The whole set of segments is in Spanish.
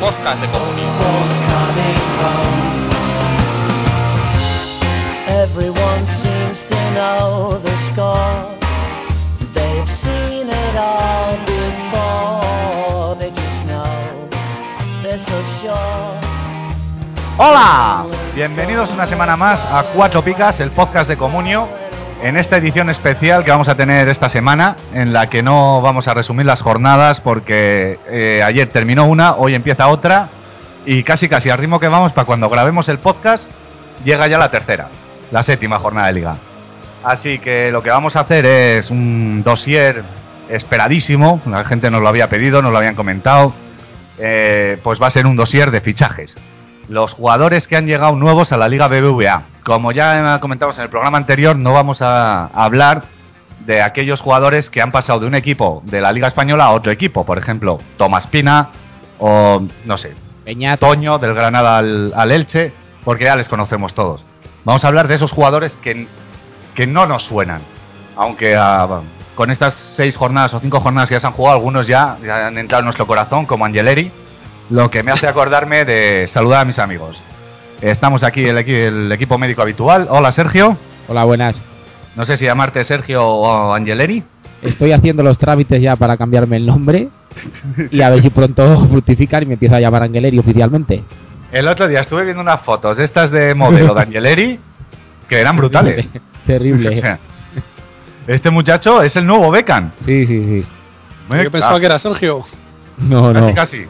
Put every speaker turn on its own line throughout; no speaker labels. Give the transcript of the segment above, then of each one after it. podcast de comunión.
Everyone seems to know the score. They've seen it all before. They just know they're so sure.
¡Hola! Bienvenidos una semana más a Cuatro Picas, el podcast de Comunio. En esta edición especial que vamos a tener esta semana, en la que no vamos a resumir las jornadas porque eh, ayer terminó una, hoy empieza otra y casi casi al ritmo que vamos para cuando grabemos el podcast llega ya la tercera, la séptima jornada de liga. Así que lo que vamos a hacer es un dossier esperadísimo, la gente nos lo había pedido, nos lo habían comentado, eh, pues va a ser un dossier de fichajes. Los jugadores que han llegado nuevos a la Liga BBVA. Como ya comentamos en el programa anterior, no vamos a hablar de aquellos jugadores que han pasado de un equipo de la Liga Española a otro equipo. Por ejemplo, Tomás Pina o, no sé,
Peñato.
Toño del Granada al, al Elche, porque ya les conocemos todos. Vamos a hablar de esos jugadores que, que no nos suenan. Aunque ah, con estas seis jornadas o cinco jornadas que ya se han jugado, algunos ya, ya han entrado en nuestro corazón, como Angeleri, lo que me hace acordarme de saludar a mis amigos. Estamos aquí el, equi- el equipo médico habitual. Hola Sergio.
Hola, buenas.
No sé si llamarte Sergio o Angeleri.
Estoy haciendo los trámites ya para cambiarme el nombre y a ver si pronto fructifican y me empieza a llamar Angeleri oficialmente.
El otro día estuve viendo unas fotos de estas de modelo de Angeleri que eran brutales.
Terrible.
O sea, este muchacho es el nuevo Beckham.
Sí, sí, sí.
Yo
ah.
pensaba que era Sergio.
No,
Casi,
no.
casi.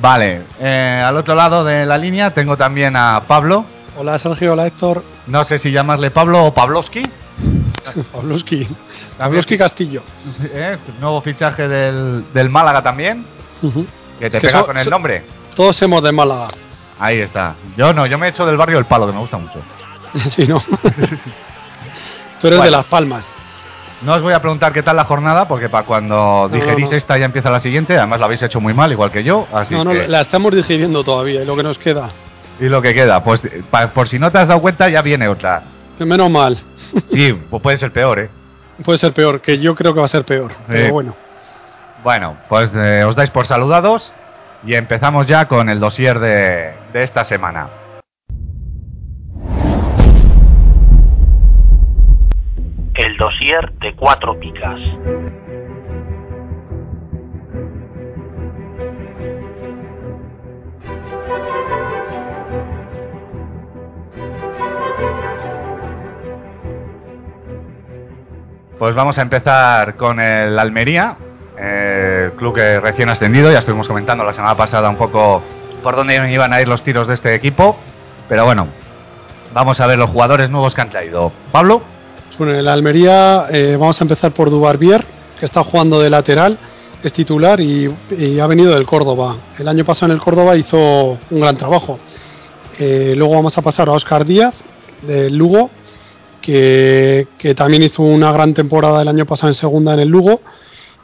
Vale, eh, al otro lado de la línea tengo también a Pablo.
Hola Sergio, hola Héctor.
No sé si llamarle Pablo o Pavlovsky.
Pabloski. Pabloski Castillo.
Eh, Nuevo fichaje del, del Málaga también.
Ujú.
Que te
Es que
pega
so-
con el
so-
nombre.
Todos somos de Málaga.
Ahí está. Yo no, yo me he hecho del barrio El Palo, que me gusta mucho.
sí, ¿no? Tú eres
Bueno.
de Las Palmas.
No os voy a preguntar qué tal la jornada, porque para cuando
no,
digerís
no.
esta ya empieza la siguiente. Además la habéis hecho muy mal, igual que yo. Así
no, no,
que-
la estamos digiriendo todavía, y lo que nos queda.
Y lo que queda, pues eh, pa- por si no te has dado cuenta, ya viene otra.
Menos mal.
Sí, pues puede ser peor, ¿eh?
Puede ser peor, que yo creo que va a ser peor.
Eh.
Pero bueno.
Bueno, pues eh, os dais por saludados y empezamos ya con el dossier de, de esta semana.
El dossier de cuatro picas.
Pues vamos a empezar con el Almería, eh, club que recién ascendido. Ya estuvimos comentando la semana pasada un poco por dónde iban a ir los tiros de este equipo. Pero bueno, vamos a ver los jugadores nuevos que han traído. Pablo,
Bueno, en el Almería eh, vamos a empezar por Dubarbier, que está jugando de lateral, es titular y, y ha venido del Córdoba. El año pasado en el Córdoba hizo un gran trabajo. Eh, luego vamos a pasar a Oscar Díaz, del Lugo, que, que también hizo una gran temporada el año pasado en segunda en el Lugo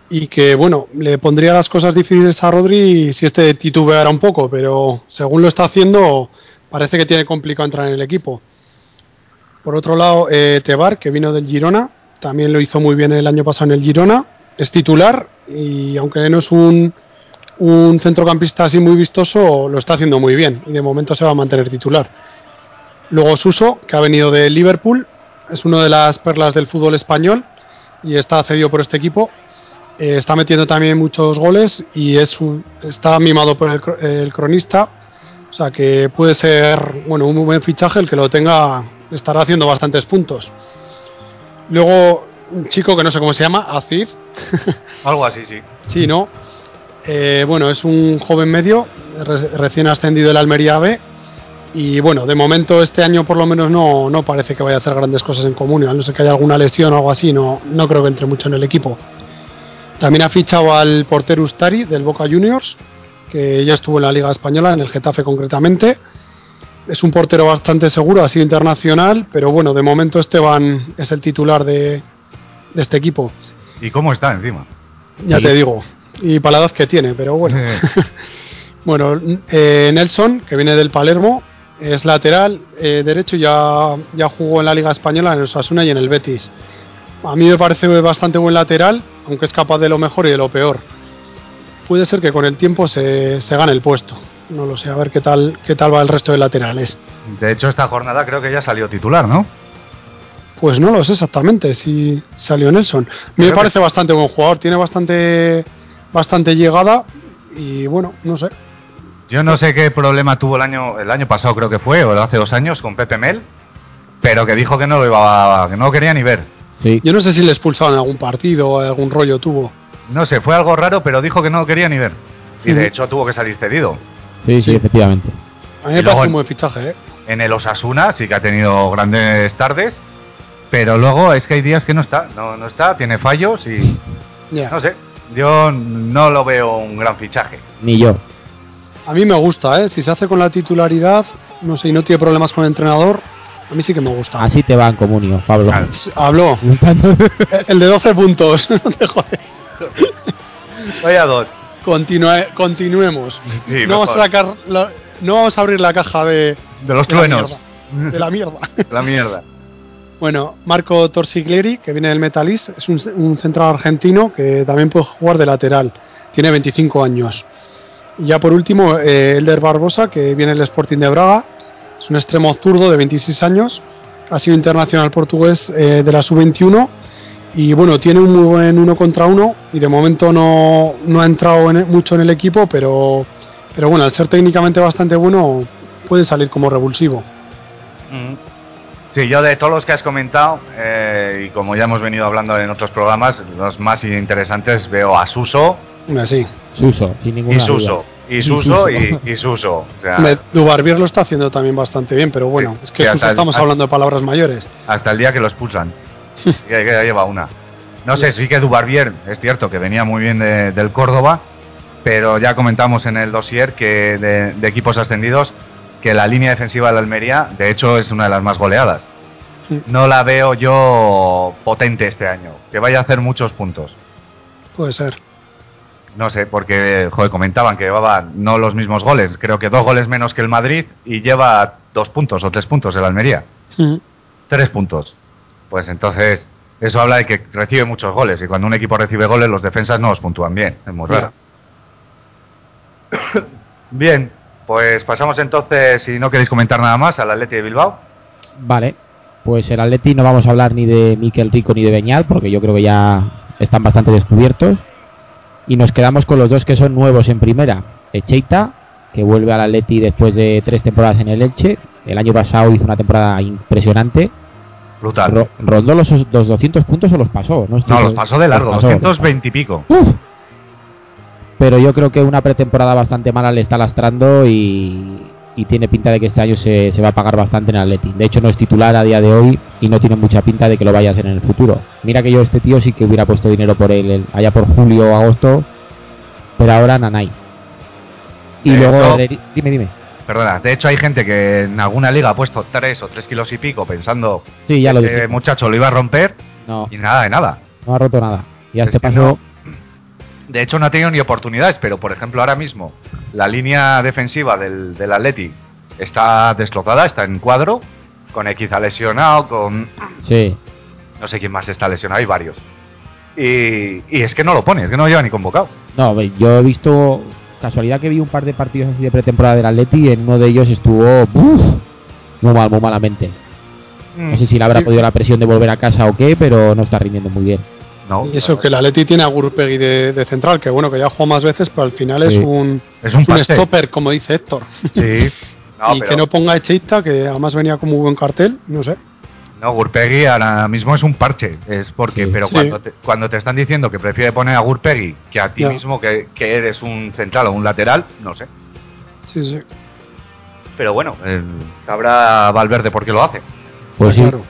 y que, bueno, le pondría las cosas difíciles a Rodri si este titubeara un poco, pero según lo está haciendo, parece que tiene complicado entrar en el equipo. Por otro lado, eh, Tebar, que vino del Girona, también lo hizo muy bien el año pasado en el Girona, es titular y aunque no es un, un centrocampista así muy vistoso, lo está haciendo muy bien y de momento se va a mantener titular. Luego Suso, que ha venido de Liverpool, es una de las perlas del fútbol español y está cedido por este equipo. Eh, está metiendo también muchos goles y es un- está mimado por el, cro- el cronista o sea que puede ser bueno un muy buen fichaje el que lo tenga estará haciendo bastantes puntos. Luego un chico que no sé cómo se llama, Aziz,
algo así, sí.
sí, ¿no? Eh, bueno, es un joven medio, re- recién ascendido el Almería B. Y bueno, de momento este año por lo menos no, no parece que vaya a hacer grandes cosas en común. A no ser que haya alguna lesión o algo así, no, no creo que entre mucho en el equipo. También ha fichado al portero Ustari del Boca Juniors, que ya estuvo en la Liga Española, en el Getafe concretamente. Es un portero bastante seguro, ha sido internacional, pero bueno, de momento Esteban es el titular de- de este equipo.
¿Y cómo está encima?
Ya
Sí.
te digo. Y para la edad que tiene, pero bueno.
Eh.
bueno, eh, Nelson, que viene del Palermo, es lateral eh, derecho, ya, ya jugó en la Liga Española, en el Osasuna y en el Betis. A mí me parece bastante buen lateral, aunque es capaz de lo mejor y de lo peor. Puede ser que con el tiempo se, se gane el puesto. no lo sé, a ver qué tal, qué tal va el resto de laterales.
De hecho, esta jornada creo que ya salió titular, ¿no?
Pues no lo sé exactamente si salió Nelson. Me
Creo
parece
que-
bastante buen jugador, tiene bastante, bastante llegada y bueno, no sé.
Yo no sé qué problema tuvo el año, el año pasado creo que fue, o hace dos años, con Pepe Mel, pero que dijo que no lo iba a- que no lo quería ni ver.
Sí.
Yo no sé si le expulsaron en algún partido o algún rollo tuvo.
No sé, fue algo raro, pero dijo que no lo quería ni ver. Y
Ujú.
de hecho tuvo que salir cedido.
Sí, sí,
Sí.
efectivamente.
A mí me
Y luego
parece
en-
un buen fichaje, ¿eh?
En el Osasuna sí que ha tenido grandes tardes, pero luego es que hay días que no está, no, no está, tiene fallos y
Ya.
no sé. Yo no lo veo un gran fichaje.
Ni yo.
A mí me gusta, ¿eh? Si se hace con la titularidad, no sé, y no tiene problemas con el entrenador, a mí sí que me gusta.
Así te van comunio, Pablo.
Ah. Claro.
Habló. El de 12 puntos. No te jodes.
Vaya dos.
Continue- continuemos.
Sí,
no, vamos a
mejor.
sacar la- no vamos a abrir la caja de,
De los
de la
truenos.
mierda, de la mierda.
La mierda.
Bueno, Marco Torsiglieri, que viene del Metalis, es un, un central argentino que también puede jugar de lateral. Tiene 25 años. Y ya por último, eh, Elder Barbosa, que viene del Sporting de Braga. Es un extremo zurdo de 26 años. Ha sido internacional portugués eh, de la sub-21. Y bueno, tiene un muy buen uno contra uno. Y de momento no, no ha entrado en- mucho en el equipo, pero, pero bueno, al ser técnicamente bastante bueno, puede salir como revulsivo.
Mm. Sí, yo de todos los que has comentado, eh, y como ya hemos venido hablando en otros programas, los más interesantes veo a Suso
Así.
Suso, sin
y
ninguna
Suso.
duda.
Y Suso y,
Suso.
y Suso. O sea,
Hombre, Dubarbier lo está haciendo también bastante bien, pero bueno,
Sí,
es que
ya
justo
está,
estamos
ya-
hablando de palabras mayores.
hasta el día que los pulsan. ya, ya lleva una. No sé, sí que Dubarbier, es cierto que venía muy bien de- del Córdoba, pero ya comentamos en el dossier que de, de equipos ascendidos que la línea defensiva de la Almería, de hecho, es una de las más goleadas.
Sí.
No la veo yo potente este año, que vaya a hacer muchos puntos.
Puede ser.
No sé, porque joder, comentaban que llevaba no los mismos goles, creo que dos goles menos que el Madrid y lleva dos puntos o tres puntos el Almería.
Mm.
Tres puntos. Pues entonces, eso habla de que recibe muchos goles y cuando un equipo recibe goles, los defensas no los puntúan bien. Es muy raro. Bien, pues pasamos entonces, si no queréis comentar nada más, al Atleti de Bilbao.
Vale. Pues el Atleti no vamos a hablar ni de Miquel Rico ni de Beñal, porque yo creo que ya están bastante descubiertos. Y nos quedamos con los dos que son nuevos en primera. Echeita, que vuelve al Atleti después de tres temporadas en el Elche. El año pasado hizo una temporada impresionante.
Brutal.
Ro- ¿Rondó los, los 200 puntos o los pasó? No, estoy-
no, los pasó de largo,
los pasó, los
220 y pico.
Uf. Pero yo creo que una pretemporada bastante mala le está lastrando y, y tiene pinta de que este año se, se va a pagar bastante en Atleti. De hecho, no es titular a día de hoy y no tiene mucha pinta de que lo vaya a ser en el futuro. Mira que yo este tío sí que hubiera puesto dinero por él el- allá por julio o agosto, pero ahora Nanay. Y
Eh,
luego,
no.
Herreri- dime, dime.
Perdona, de hecho hay gente que en alguna liga ha puesto tres o tres kilos y pico pensando
Sí, ya lo
que
dije.
el muchacho lo iba a romper
No,
y nada de nada.
no ha roto nada. Y a
Es
este
que
paso,
no. De hecho, no ha tenido ni oportunidades, pero por ejemplo, ahora mismo la línea defensiva del, del Atleti está deslocada, está en cuadro, con X lesionado, con
sí.
no sé quién más está lesionado, hay varios. Y, y es que no lo pone, es que no lo lleva ni convocado.
No, hombre, yo he visto. Casualidad que vi un par de partidos así de pretemporada del Atleti y en uno de ellos estuvo. ¡buf! muy mal, muy malamente. No sé si le habrá
Mm. Sí.
podido la presión de volver a casa o qué, pero no está rindiendo muy bien.
No,
Y eso que el Atleti tiene a Gurpegui de, de central, que bueno, que ya jugó más veces, pero al final es
Sí.
un,
es un
es un
parche.
stopper, como dice Héctor.
Sí. No,
y
pero
que no ponga Echeita, que además venía con muy buen cartel, no sé.
no, Gurpegui ahora mismo es un parche. Es porque,
Sí.
pero
Sí.
Cuando, te, cuando te están diciendo que prefiere poner a Gurpegui que a ti
Ya.
mismo, que, que eres un central o un lateral, no sé.
Sí, sí.
Pero bueno, eh, sabrá Valverde por qué lo hace.
Pues sí,
Ah, claro.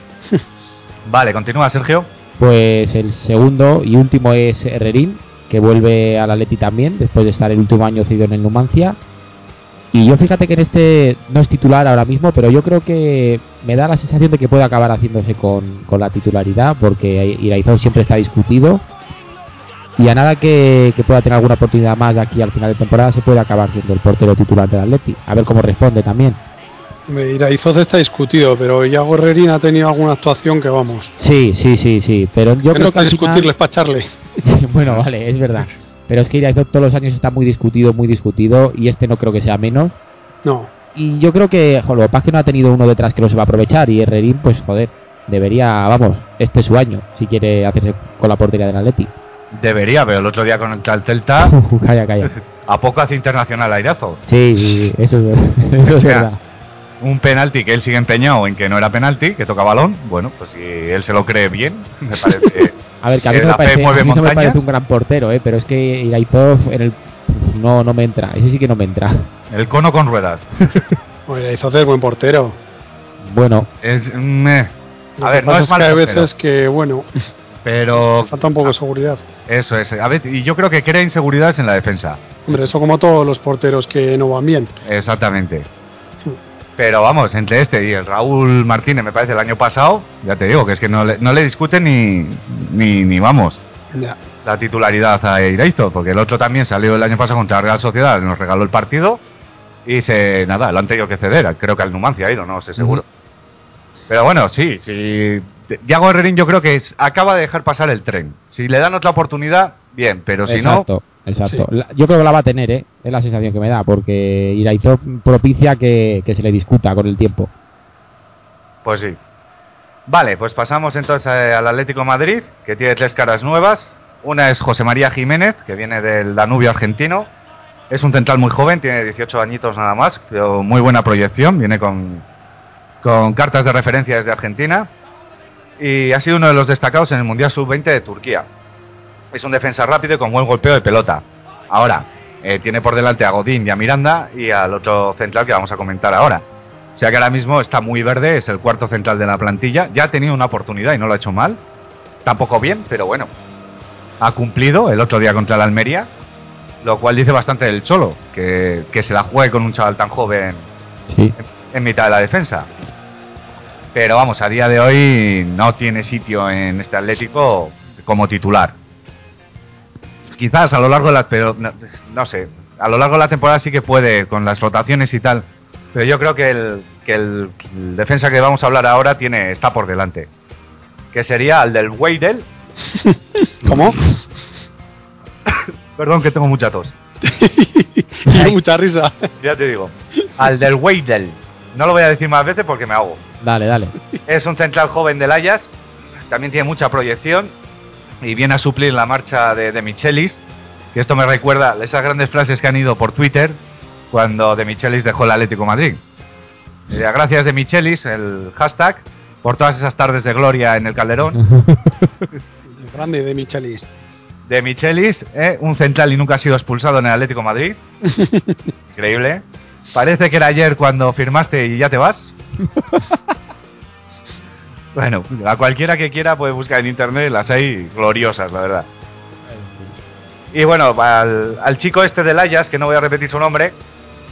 Vale, continúa Sergio.
pues el segundo y último es Herrerín, que vuelve al Atleti también, después de estar el último año cedido en el Numancia. Y yo fíjate que en este no es titular ahora mismo, pero yo creo que me da la sensación de que puede acabar haciéndose con, con la titularidad, porque Iraizón siempre está discutido. Y a nada que, que pueda tener alguna oportunidad más de aquí al final de temporada, se puede acabar siendo el portero titular del Atleti. A ver cómo responde también.
Hombre, Iraizoz está discutido, pero Iago Herrerín ha tenido alguna actuación que vamos.
Sí, sí, sí, sí. Pero yo
que
creo
no
que
está
al final-
discutirles para echarle.
bueno, vale, es verdad. Pero es que Iraizot todos los años está muy discutido, muy discutido, y este no creo que sea menos.
No.
Y yo creo que, joder, lo que pasa es que no ha tenido uno detrás que lo se va a aprovechar, y Herrerín, pues joder, debería, vamos, este es su año, si quiere hacerse con la portería del Atleti.
Debería, pero el otro día contra el Celta,
calla, calla.
a poco hace internacional a Irazo.
Sí, sí, sí, eso es, ver- eso es
O sea,
verdad.
Un penalti que él sigue empeñado en que no era penalti, que toca balón. Bueno, pues si él se lo cree bien, me parece.
A ver, que a mí,
eh,
no me,
la fe
parece,
mueve
a mí no me
montañas.
parece un gran portero, eh, pero es que Iraizot en el... No, no me entra, ese sí que no me entra.
El cono con ruedas.
Bueno, Izote es buen portero.
Bueno,
Es, mm, eh.
Lo
A
que
ver, no
pasa
es mal
que hay
portero,
veces que, bueno,
pero
falta un poco de seguridad.
eso es. A ver, y yo creo que crea inseguridades en la defensa.
Hombre, eso como todos los porteros que no van bien.
Exactamente. Pero vamos, entre este y el Raúl Martínez, me parece, el año pasado, ya te digo, que es que no le, no le discuten ni, ni, ni vamos
Ya.
la titularidad a Iraizo, porque el otro también salió el año pasado contra la Real Sociedad, nos regaló el partido y se, nada, lo han tenido que ceder, creo que al Numancia ha ido, no sé seguro. Pero bueno, sí, sí. Diago Herrerín yo creo que es- acaba de dejar pasar el tren. Si le dan otra oportunidad, bien, pero si no,
exacto, exacto. La- Yo creo que la va a tener, ¿eh? Es la sensación que me da, porque Iraizot propicia que, que se le discuta con el tiempo.
Pues sí. Vale, pues pasamos entonces eh, al Atlético de Madrid, que tiene tres caras nuevas. Una es José María Jiménez, que viene del Danubio argentino. Es un central muy joven, tiene 18 añitos nada más, pero muy buena proyección, viene con, con cartas de referencia desde Argentina. Y ha sido uno de los destacados en el Mundial Sub-20 de Turquía. Es un defensa rápido y con buen golpeo de pelota. Ahora, eh, tiene por delante a Godín y a Miranda y al otro central que vamos a comentar ahora. O sea que ahora mismo está muy verde, es el cuarto central de la plantilla. Ya ha tenido una oportunidad y no lo ha hecho mal. Tampoco bien, pero bueno. Ha cumplido el otro día contra el Almería, lo cual dice bastante del Cholo, que, que se la juegue con un chaval tan joven
Sí.
en mitad de la defensa. Pero vamos, a día de hoy no tiene sitio en este Atlético como titular. Quizás a lo largo de la pero no, no sé, a lo largo de la temporada sí que puede con las rotaciones y tal, pero yo creo que el, que el, el defensa que vamos a hablar ahora tiene está por delante, que sería el del Weidel.
¿Cómo?
Perdón que tengo mucha tos.
y yo mucha risa.
Ya te digo, al del Weidel. No lo voy a decir más veces porque me hago.
Dale, dale.
Es un central joven del Ajax, también tiene mucha proyección y viene a suplir la marcha de, de Michelis, que esto me recuerda a esas grandes frases que han ido por Twitter cuando de Michelis dejó el Atlético de Madrid. Eh, Gracias de Michelis, el hashtag, por todas esas tardes de gloria en el Calderón.
El grande de Michelis.
De Michelis, eh, un central y nunca ha sido expulsado en el Atlético de Madrid. Increíble. Parece que era ayer cuando firmaste y ya te vas. bueno, a cualquiera que quiera puede buscar en internet, las hay gloriosas, la verdad. Y bueno, al, al chico este del Ayas, que no voy a repetir su nombre,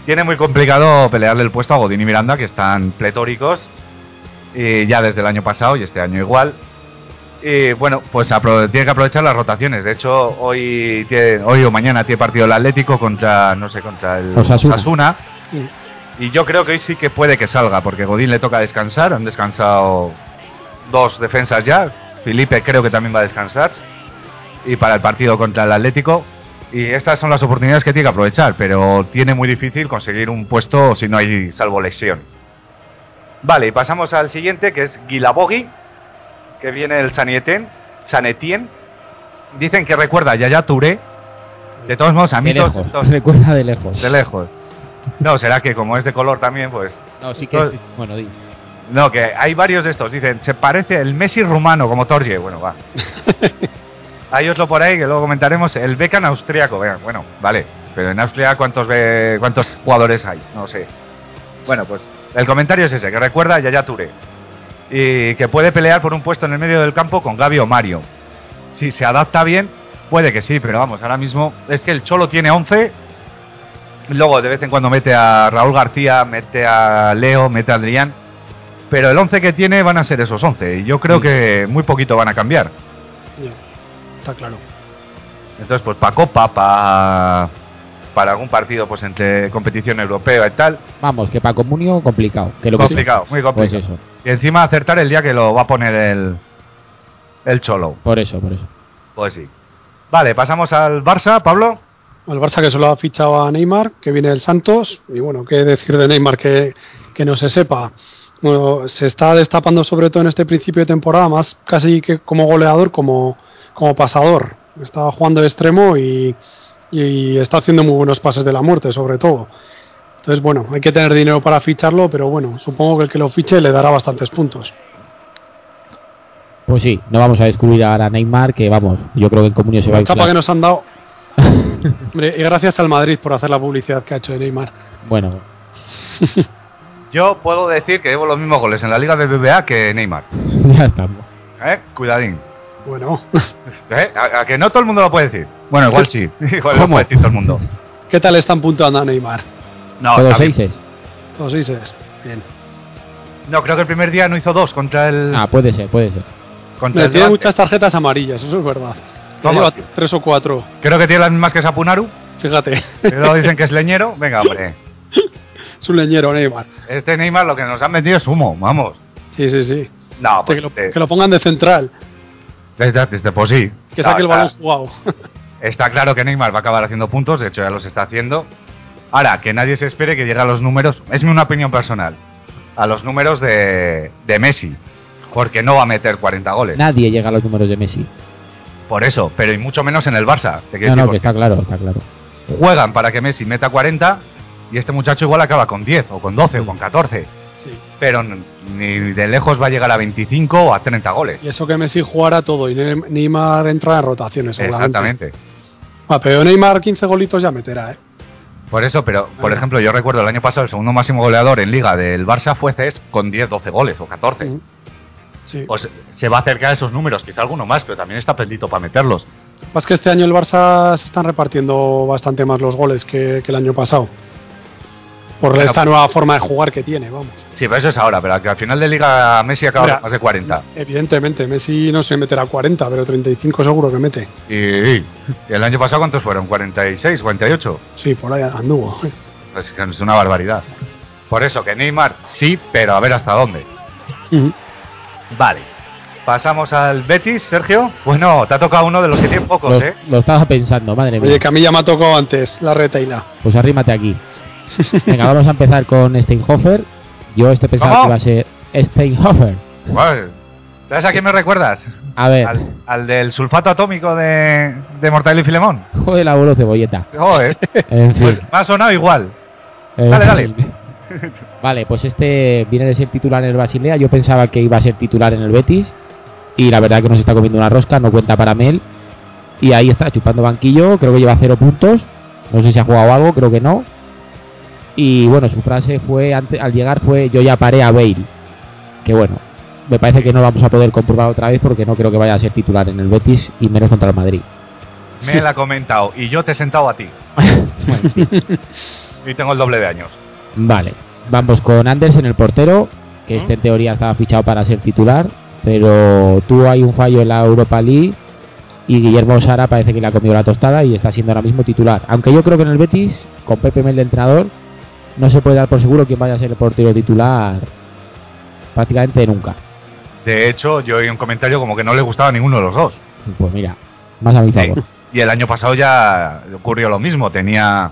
tiene muy complicado pelearle el puesto a Godín y Miranda, que están pletóricos, y ya desde el año pasado y este año igual. Y bueno, pues apro- tiene que aprovechar las rotaciones. De hecho, hoy, tiene- hoy o mañana tiene partido el Atlético contra, no sé, contra el
Osasuna.
Osasuna.
Sí.
Y yo creo que hoy sí que puede que salga, porque Godín le toca descansar. Han descansado dos defensas ya. Felipe creo que también va a descansar. Y para el partido contra el Atlético. Y estas son las oportunidades que tiene que aprovechar, pero tiene muy difícil conseguir un puesto si no hay salvo lesión. Vale, y pasamos al siguiente, que es Guilabogui, que viene del Sanetien. Sanetien. Dicen que recuerda a Yaya Touré. De todos modos, a mí
De
todos
lejos,
estos-
recuerda de lejos.
de lejos. No, será que como es de color también, pues.
No, sí que... Bueno, di.
No, que hay varios de estos. Dicen, se parece el Messi rumano como Torje. Bueno, va. hay otro por ahí que luego comentaremos. El Beckham austriaco. Venga, Bueno, vale. Pero en Austria, ¿cuántos, ve- ¿cuántos jugadores hay? No sé. Bueno, pues el comentario es ese, que recuerda a Yaya Touré. Y que puede pelear por un puesto en el medio del campo con Gaby o Mario. Si se adapta bien, puede que sí, pero vamos, ahora mismo es que el Cholo tiene 11. Luego de vez en cuando mete a Raúl García, mete a Leo, mete a Adrián. Pero el 11 que tiene van a ser esos 11. Y yo creo
Mm.
que muy poquito van a cambiar.
Ya. Está claro.
Entonces, pues para Copa, para, para algún partido pues entre competición europea y tal,
Vamos, que para Comunio complicado. Que lo que-
complicado, muy
Pues
complicado.
eso,
Y encima acertar el día que lo va a poner el, el Cholo.
por eso, por eso.
Pues sí. Vale, pasamos al Barça, Pablo.
El Barça que solo ha fichado a Neymar, que viene del Santos, y bueno, qué decir de Neymar que, que no se sepa. Bueno, se está destapando sobre todo en este principio de temporada, más casi que como goleador, como, como pasador. Está jugando de extremo y, y está haciendo muy buenos pases de la muerte, sobre todo. Entonces, bueno, hay que tener dinero para ficharlo, pero bueno, supongo que el que lo fiche le dará bastantes puntos.
Pues sí, no vamos a descubrir ahora a Neymar, que vamos, yo creo que en comunio se va a
La tapa
inflar.
que nos han dado. Hombre, y gracias al Madrid por hacer la publicidad que ha hecho de Neymar.
Bueno,
Yo puedo decir que llevo los mismos goles en la Liga de BBA que Neymar.
ya estamos.
¿Eh? Cuidadín.
Bueno,
¿Eh? A, a que no todo el mundo lo puede decir. Bueno, igual sí. Igual lo
¿Cómo?
puede decir todo el mundo.
¿qué tal están puntuando a Neymar?
No,
Todos
Ah, está bien.
seises.
Todos dices. Bien.
no, creo que el primer día no hizo dos contra el.
Ah, puede ser, puede ser.
contra
Le
el
tiene
Levante.
muchas tarjetas amarillas, eso es verdad. Ya
Toma,
lleva
tío.
tres o cuatro,
Creo que tiene las mismas que Sapunaru.
fíjate.
Pero dicen que es leñero. Venga, hombre.
es un leñero Neymar.
Este Neymar lo que nos han vendido es humo, vamos.
Sí, sí, sí.
No,
Que
pues,
lo,
eh,
que lo pongan de central,
desde, desde- pues sí.
que saque el
No,
balón
está-
jugado.
Está claro que Neymar va a acabar haciendo puntos, de hecho ya los está haciendo. Ahora, que nadie se espere que llegue a los números, es una opinión personal, a los números de, de Messi, porque no va a meter 40 goles.
Nadie llega a los números de Messi.
Por eso, pero y mucho menos en el Barça. Te quiero
No, no, que
decir,
está claro, está claro.
porque Juegan para que Messi meta 40 y este muchacho igual acaba con 10 o con 12 o
Mm.
con 14,
Sí.
pero n- ni de lejos va a llegar a 25 o a 30 goles.
Y eso que Messi jugara todo y Ne- Neymar entra en rotaciones, seguramente.
Exactamente.
Ah, pero Neymar 15 golitos ya meterá, ¿eh?
Por eso, pero por ejemplo, yo recuerdo el año pasado el segundo máximo goleador en liga del Barça fue Cés con 10, 12 goles o 14.
Ujú. Mm. Sí.
O se, se va a acercar a esos números, quizá alguno más, pero también está pendito para meterlos.
Más que este año el Barça se están repartiendo bastante más los goles que, que el año pasado. Por
Bueno,
esta nueva forma de jugar que tiene, vamos.
Sí, pero eso es ahora, pero que al final de liga Messi acaba
Mira.
con más de 40.
Evidentemente, Messi no se meterá 40, pero 35 seguro que mete.
Y, y el año pasado, ¿cuántos fueron? ¿46, 48?
Sí, por ahí anduvo.
Pues que es una barbaridad. Por eso que Neymar sí, pero a ver hasta dónde.
Ujú.
Vale. Pasamos al Betis, Sergio. Bueno, te ha tocado uno de los que tienen pocos,
Lo,
¿eh?
lo estaba pensando, madre mía.
Oye, que a mí ya me ha tocado antes la retaila.
Pues arrímate aquí. Venga, vamos a empezar con Steinhofer. Yo este pensaba
¿Cómo?
que iba a ser Steinhofer.
Guau. ¿Sabes a quién me recuerdas?
A ver,
Al, al del sulfato atómico de, de Mortadelo y Filemón.
joder, la abuelo cebolleta.
Joder,
En fin,
pues me ha sonado igual.
en
dale,
fin. Eh, Vale, pues este viene de ser titular en el Basilea. Yo pensaba que iba a ser titular en el Betis. Y la verdad que nos está comiendo una rosca, no cuenta para Mel. Y ahí está, chupando banquillo. Creo que lleva cero puntos. No sé si ha jugado algo, creo que no. Y bueno, su frase fue, ante- al llegar fue, yo ya paré a Bale. Que bueno, me parece que no lo vamos a poder comprobar otra vez porque no creo que vaya a ser titular en el Betis y menos contra el Madrid.
Me la ha comentado y yo te he sentado a ti. y tengo el doble de años.
Vale, vamos con Andersen, el portero, que este en teoría estaba fichado para ser titular, pero tuvo ahí un fallo en la Europa League y Guillermo Sara parece que le ha comido la tostada y está siendo ahora mismo titular. Aunque yo creo que en el Betis, con Pepe Mel de entrenador, no se puede dar por seguro quién vaya a ser el portero titular prácticamente nunca.
De hecho, yo oí un comentario como que no le gustaba a ninguno de los dos.
Pues mira, más a mi favor.
Y el año pasado ya ocurrió lo mismo. Tenía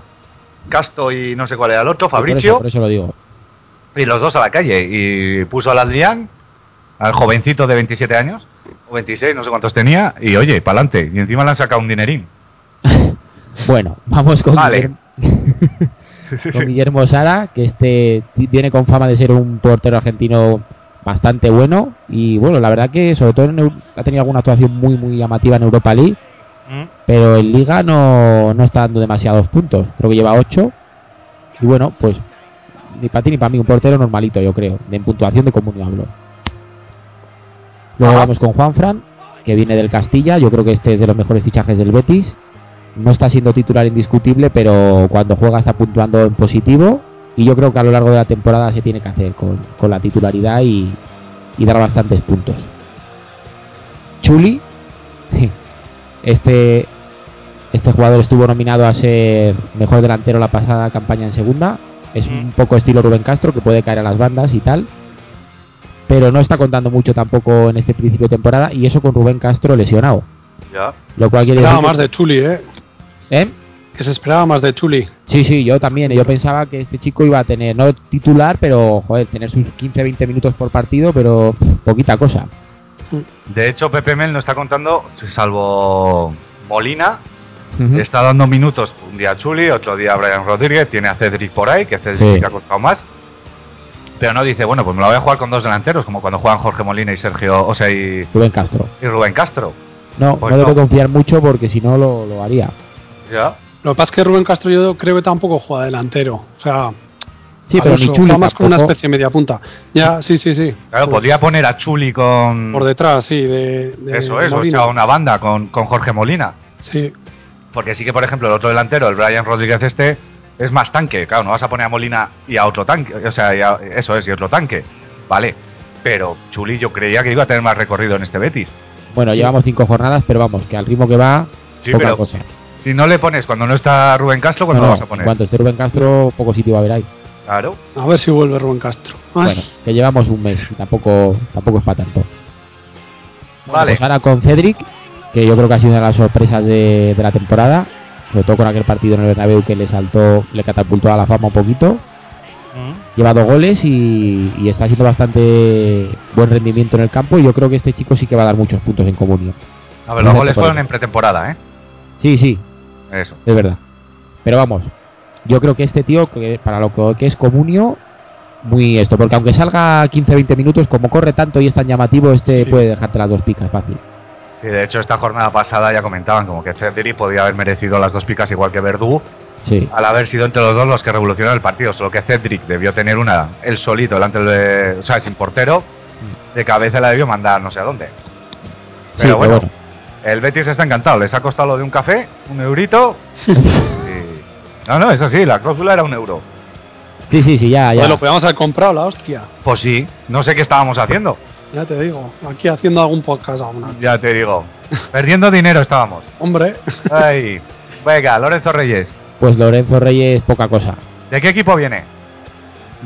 Casto y no sé cuál era el otro, Fabricio,
Por eso, por eso lo digo.
y los dos a la calle. Y puso al Adrián, al jovencito de 27 años, o 26, no sé cuántos tenía, y oye, para adelante. Y encima le han sacado un dinerín.
Bueno, vamos con,
Vale.
Guillermo, con Guillermo Sara, que este ti- viene con fama de ser un portero argentino bastante bueno. Y bueno, la verdad que sobre todo en Eu- ha tenido alguna actuación muy, muy llamativa en Europa League, pero en Liga no, no está dando demasiados puntos. Creo que lleva 8. Y bueno, pues ni para ti ni para mí, un portero normalito, yo creo, de en puntuación de común hablo. Luego
Ajá.
vamos con Juanfran, que viene del Castilla. Yo creo que este es de los mejores fichajes del Betis no está siendo titular indiscutible, pero cuando juega está puntuando en positivo. Y yo creo que a lo largo de la temporada se tiene que hacer con, con la titularidad y, y dar bastantes puntos. Chuli, este, este jugador estuvo nominado a ser mejor delantero la pasada campaña en segunda. Es un poco estilo Rubén Castro, que puede caer a las bandas y tal. Pero no está contando mucho tampoco en este principio de temporada, y eso con Rubén Castro lesionado.
Ya.
Lo cual quiere
Esperaba
decir
más
que-
de Chuli, ¿eh?
¿Eh?
Que se esperaba más de Chuli.
Sí, sí, yo también. Yo pensaba que este chico iba a tener, no titular, pero joder, tener sus 15-20 minutos por partido, pero pff, poquita cosa.
De hecho, Pepe Mel no está contando, salvo Molina,
Ujú.
está dando minutos un día a Chuli, otro día a Brian Rodríguez, tiene a Cedric por ahí, que Cedric
Sí.
te ha costado más. Pero no dice, bueno, pues me la voy a jugar con dos delanteros, como cuando juegan Jorge Molina y Sergio, o sea, y,
Rubén Castro.
y Rubén Castro.
No,
Pues
no debe
no.
confiar mucho porque si no lo, lo haría.
Ya.
Lo que pasa es que Rubén Castro yo creo que tampoco juega delantero. O sea,
Sí, pero ni
Alonso,
Chuli
va más con una
tampoco.
especie de media punta. Ya, sí, sí, sí.
Claro,
Sí.
podría poner a Chuli con.
Por detrás, sí. De, de
Mm. eso es, o
Molina.
sea, una banda con, con Jorge Molina.
Sí.
Porque sí que, por ejemplo, el otro delantero, el Brian Rodríguez este, es más tanque. Claro, no vas a poner a Molina y a otro tanque. O sea, y a- eso es, y otro tanque. Vale. Pero Chuli yo creía que iba a tener más recorrido en este Betis.
Bueno, llevamos cinco jornadas, pero vamos, que al ritmo que va,
Sí,
poca
pero
cosa.
si no le pones cuando no está Rubén Castro, ¿cuándo lo
No, no,
vas a
en
poner?
cuanto esté Rubén Castro, poco sitio va a haber ahí.
Claro.
A ver si vuelve Rubén Castro. Ay,
Bueno, que llevamos un mes y tampoco, tampoco es para tanto. Bueno,
Vale.
Pues ahora con Cedric, que yo creo que ha sido una de las sorpresas de, de la temporada, sobre todo con aquel partido en el Bernabéu que le saltó, le catapultó a la fama un poquito. Lleva dos goles y, y está haciendo bastante buen rendimiento en el campo y yo creo que este chico sí que va a dar muchos puntos en comunio.
A ver, los
Fíjate
goles
por
fueron
eso.
en pretemporada, ¿eh?
Sí, sí,
Eso.
es verdad. Pero vamos, yo creo que este tío, que para lo que es comunio, muy esto, porque aunque salga 15-20 minutos, como corre tanto y es tan llamativo, este
Sí.
puede dejarte las dos picas fácil.
Sí, de hecho, esta jornada pasada ya comentaban como que Cedric podía haber merecido las dos picas igual que Verdú,
Sí.
al haber sido entre los dos los que revolucionaron el partido. Solo que Cedric debió tener una, él solito, delante de, o sea, sin portero, de cabeza la debió mandar no sé a dónde. Mm.
Sí,
Pero
pero
bueno,
bueno.
el Betis está encantado. Les ha costado lo de un café, un eurito. y- No, no, eso sí, la cláusula era un euro.
Sí, sí, sí, ya, ya.
joder, lo podíamos haber comprado, la hostia.
Pues sí, no sé qué estábamos haciendo.
Ya te digo. Aquí haciendo algún podcast aún. así.
Ya te digo, perdiendo dinero estábamos.
Hombre,
Ay, venga, Lorenzo Reyes,
Pues Lorenzo Reyes, poca cosa.
¿de qué equipo viene?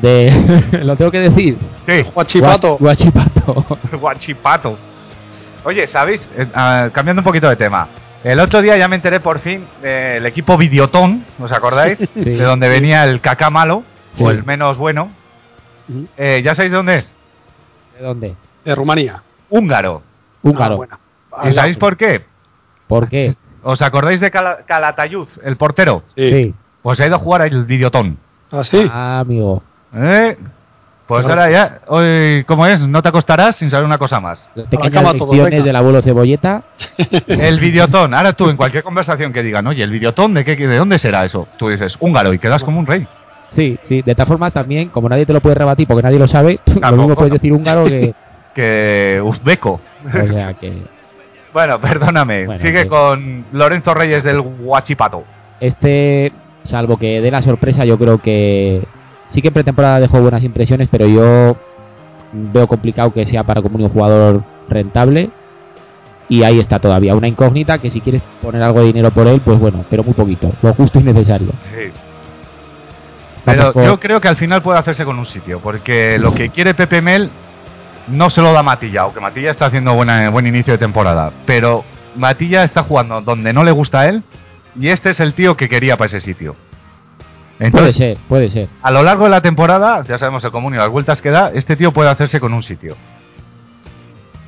De... lo tengo que decir.
Sí,
guachipato.
Gua- Guachipato.
Guachipato. Oye, ¿sabéis? Eh, ah, cambiando un poquito de tema. El otro día ya me enteré por fin del equipo Videotón, ¿os acordáis?
Sí.
de donde venía el caca malo,
Sí.
o el menos bueno.
Ujú.
Eh, ¿Ya sabéis de dónde es?
¿De dónde?
De Rumanía.
Húngaro.
Ah,
Húngaro.
bueno.
¿Y sabéis por qué?
¿Por qué?
¿Os acordáis de Cala- Calatayud, el portero?
Sí.
Pues ha ido a jugar al Videotón.
Así.
Ah, amigo.
¿Eh? Pues
Claro.
ahora ya, hoy, ¿cómo es? No te acostarás sin saber una cosa más.
Las
cama
pequeñas
todos,
lecciones
venga.
del abuelo Cebolleta.
El videotón. Ahora tú, en cualquier conversación que digan, oye, ¿el videotón de, qué, de dónde será eso? Tú dices, húngaro, y quedas como un rey.
Sí, sí. De esta forma también, como nadie te lo puede rebatir porque nadie lo sabe, lo
Tampoco,
mismo puedes
¿no?
decir húngaro que...
Que uzbeco.
O sea, que...
Bueno, perdóname.
Bueno,
Sigue
sí.
con Lorenzo Reyes del Huachipato.
Este, salvo que dé la sorpresa, yo creo que... Sí que en pretemporada dejó buenas impresiones, pero yo veo complicado que sea para como un jugador rentable. Y ahí está todavía, una incógnita que si quieres poner algo de dinero por él, pues bueno, pero muy poquito, lo justo y necesario.
Sí. Pero
Tampoco-
yo creo que al final puede hacerse con un sitio, porque lo que quiere Pepe Mel no se lo da Matilla, aunque Matilla está haciendo buena, buen inicio de temporada. Pero Matilla está jugando donde no le gusta a él, y este es el tío que quería para ese sitio.
Puede
Entonces,
ser, puede ser.
a lo largo de la temporada, ya sabemos el común y las vueltas que da, este tío puede hacerse con un sitio.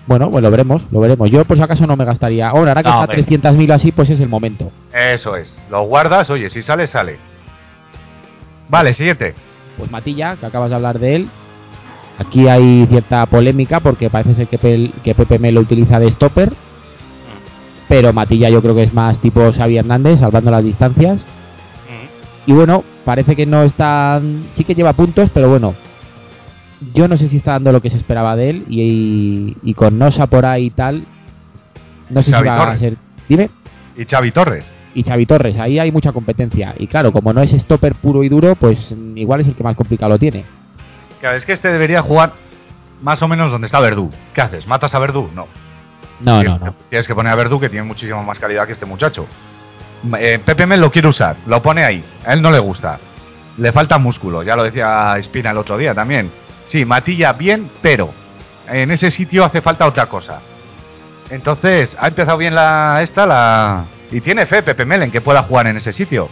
Bueno, pues lo veremos, lo veremos. Yo por si acaso no me gastaría. Ahora, ahora que
No, hombre.
está 300.000 así, pues es el momento.
Eso es. Lo guardas, oye, si sale, sale. Vale, siguiente.
Pues Matilla, que acabas de hablar de él. Aquí hay cierta polémica porque parece ser que, Pel- que Pepe Mel lo utiliza de stopper. Pero Matilla yo creo que es más tipo Xavi Hernández, salvando las distancias.
Mm.
Y bueno, parece que no está... Sí que lleva puntos, pero bueno. Yo no sé si está dando lo que se esperaba de él. Y, y con Nosa por ahí y tal... No sé
Xavi
si va
Torres.
a ser... Dime.
Y Xavi Torres.
y Xavi Torres, ahí hay mucha competencia. Y claro, como no es stopper puro y duro, pues mm, igual es el que más complicado lo tiene.
Claro, es que este debería jugar más o menos donde está Verdú. ¿Qué haces? ¿Matas a Verdú? No.
No, no,
tienes,
no.
tienes que poner a Verdú, que tiene muchísima más calidad que este muchacho. M- eh, Pepe Mel lo quiere usar, lo pone ahí. A él no le gusta. Le falta músculo, ya lo decía Espina el otro día también. Sí, Matilla bien, pero en ese sitio hace falta otra cosa. Entonces, ha empezado bien la esta, la y tiene fe Pepe Mel en que pueda jugar en ese sitio.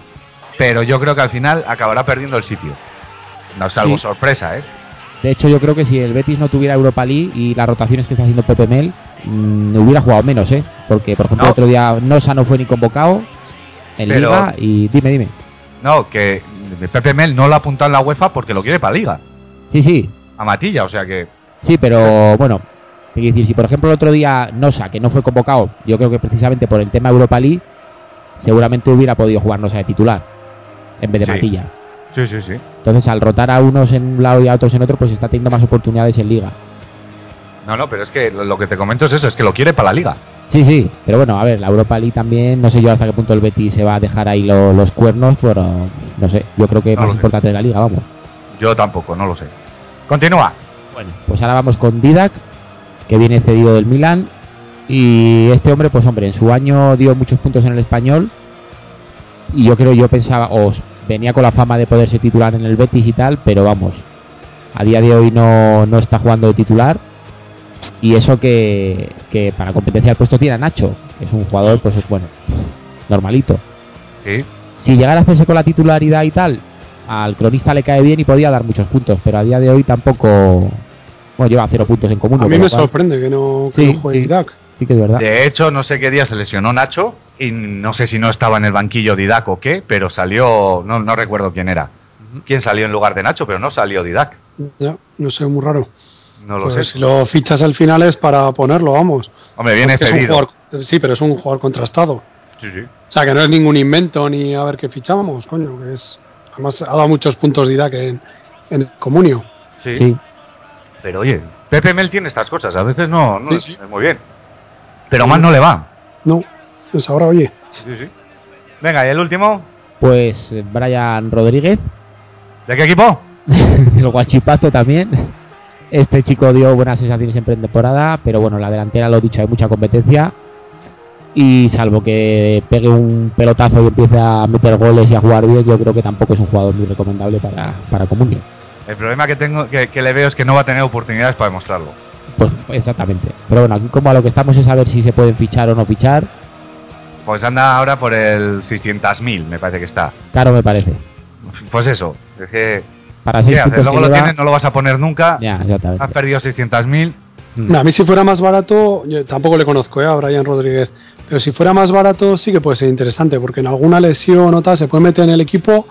Pero yo creo que al final acabará perdiendo el sitio. No salvo
Sí.
sorpresa, ¿eh?
De hecho, yo creo que si el Betis no tuviera Europa League y las rotaciones que está haciendo Pepe Mel, mm, hubiera jugado menos, ¿eh? Porque, por ejemplo,
No.
el otro día Nosa no fue ni convocado en
Pero-
Liga y dime, dime.
No, que Pepe Mel no lo ha apuntado en la UEFA porque lo quiere para Liga.
Sí, sí,
A Matilla, o sea que
sí, pero bueno, quiero decir, si por ejemplo el otro día Nosa, que no fue convocado, yo creo que precisamente por el tema Europa League, seguramente hubiera podido jugar Nosa de titular en vez de
Sí.
Matilla.
Sí, sí, sí.
Entonces, al rotar a unos en un lado y a otros en otro, pues está teniendo más oportunidades en Liga.
No, no, pero es que lo, lo que te comento es eso, es que lo quiere para la liga.
Sí, sí, pero bueno, a ver, la Europa League también, no sé yo hasta qué punto el Betis se va a dejar ahí lo- los cuernos, pero no sé, yo creo que es
No lo
más
sé.
importante de la liga, vamos.
Yo tampoco, no lo sé. Continúa.
Bueno, pues ahora vamos con Didac, que viene cedido del Milan, y este hombre, pues hombre, en su año dio muchos puntos en el español, y yo creo, yo pensaba, o venía con la fama de poderse titular en el Betis y tal, pero vamos, a día de hoy no, no está jugando de titular, y eso que, que para competencia al puesto tiene a Nacho, que es un jugador, pues es bueno, normalito.
Sí.
si llegara a hacerse con la titularidad y tal, al cronista le cae bien y podía dar muchos puntos, pero a día de hoy tampoco. Bueno, lleva cero puntos en común.
A mí
con lo
me
cual-
sorprende que no, que
Sí,
no juegue
sí.
Irak.
Sí, que es verdad.
De hecho, no sé qué día se lesionó Nacho y no sé si no estaba en el banquillo Didac o qué, pero salió, no, no recuerdo quién era. ¿Quién salió en lugar de Nacho? Pero no salió Didac.
Ya, no sé, muy raro.
No lo
Pues
sé.
Si lo fichas al final es para ponerlo, vamos.
Hombre, viene
Porque es un
cedido.
jugador- sí, pero es un jugador contrastado.
Sí, sí.
O sea, que no es ningún invento ni a ver qué fichamos, coño. Que es, además, ha dado muchos puntos de Irak en, en el comunio.
Sí.
Sí.
Pero oye, Pepe Mel tiene estas cosas, a veces no, no
Sí,
es-
sí.
es muy bien. Pero
Sí.
más no le va.
No, pues ahora, oye,
Sí, sí. Venga, ¿y el último?
Pues eh, Brian Rodríguez,
¿De qué equipo?
el guachipato también. Este chico dio buenas sensaciones en pretemporada, pero bueno, la delantera, lo dicho, hay mucha competencia. Y salvo que pegue un pelotazo y empiece a meter goles y a jugar bien, yo creo que tampoco es un jugador muy recomendable para, para Comunio.
El problema que tengo, que, que le veo es que no va a tener oportunidades para demostrarlo.
Pues exactamente. Pero bueno, aquí como a lo que estamos es a ver si se pueden fichar o no fichar.
Pues anda ahora por el 600.000, me parece que está.
Caro me parece.
Pues eso, es que...
Para
¿qué
seis
haces?
puntos
Luego
que
lo
lleva-
tienes, no lo vas a poner nunca.
Ya,
Has
exactamente.
perdido 600.000.
Mm.
Mira, a mí si fuera más barato, yo tampoco le conozco ¿eh? a Brian Rodríguez, pero si fuera más barato sí que puede ser interesante, porque en alguna lesión o tal se puede meter en el equipo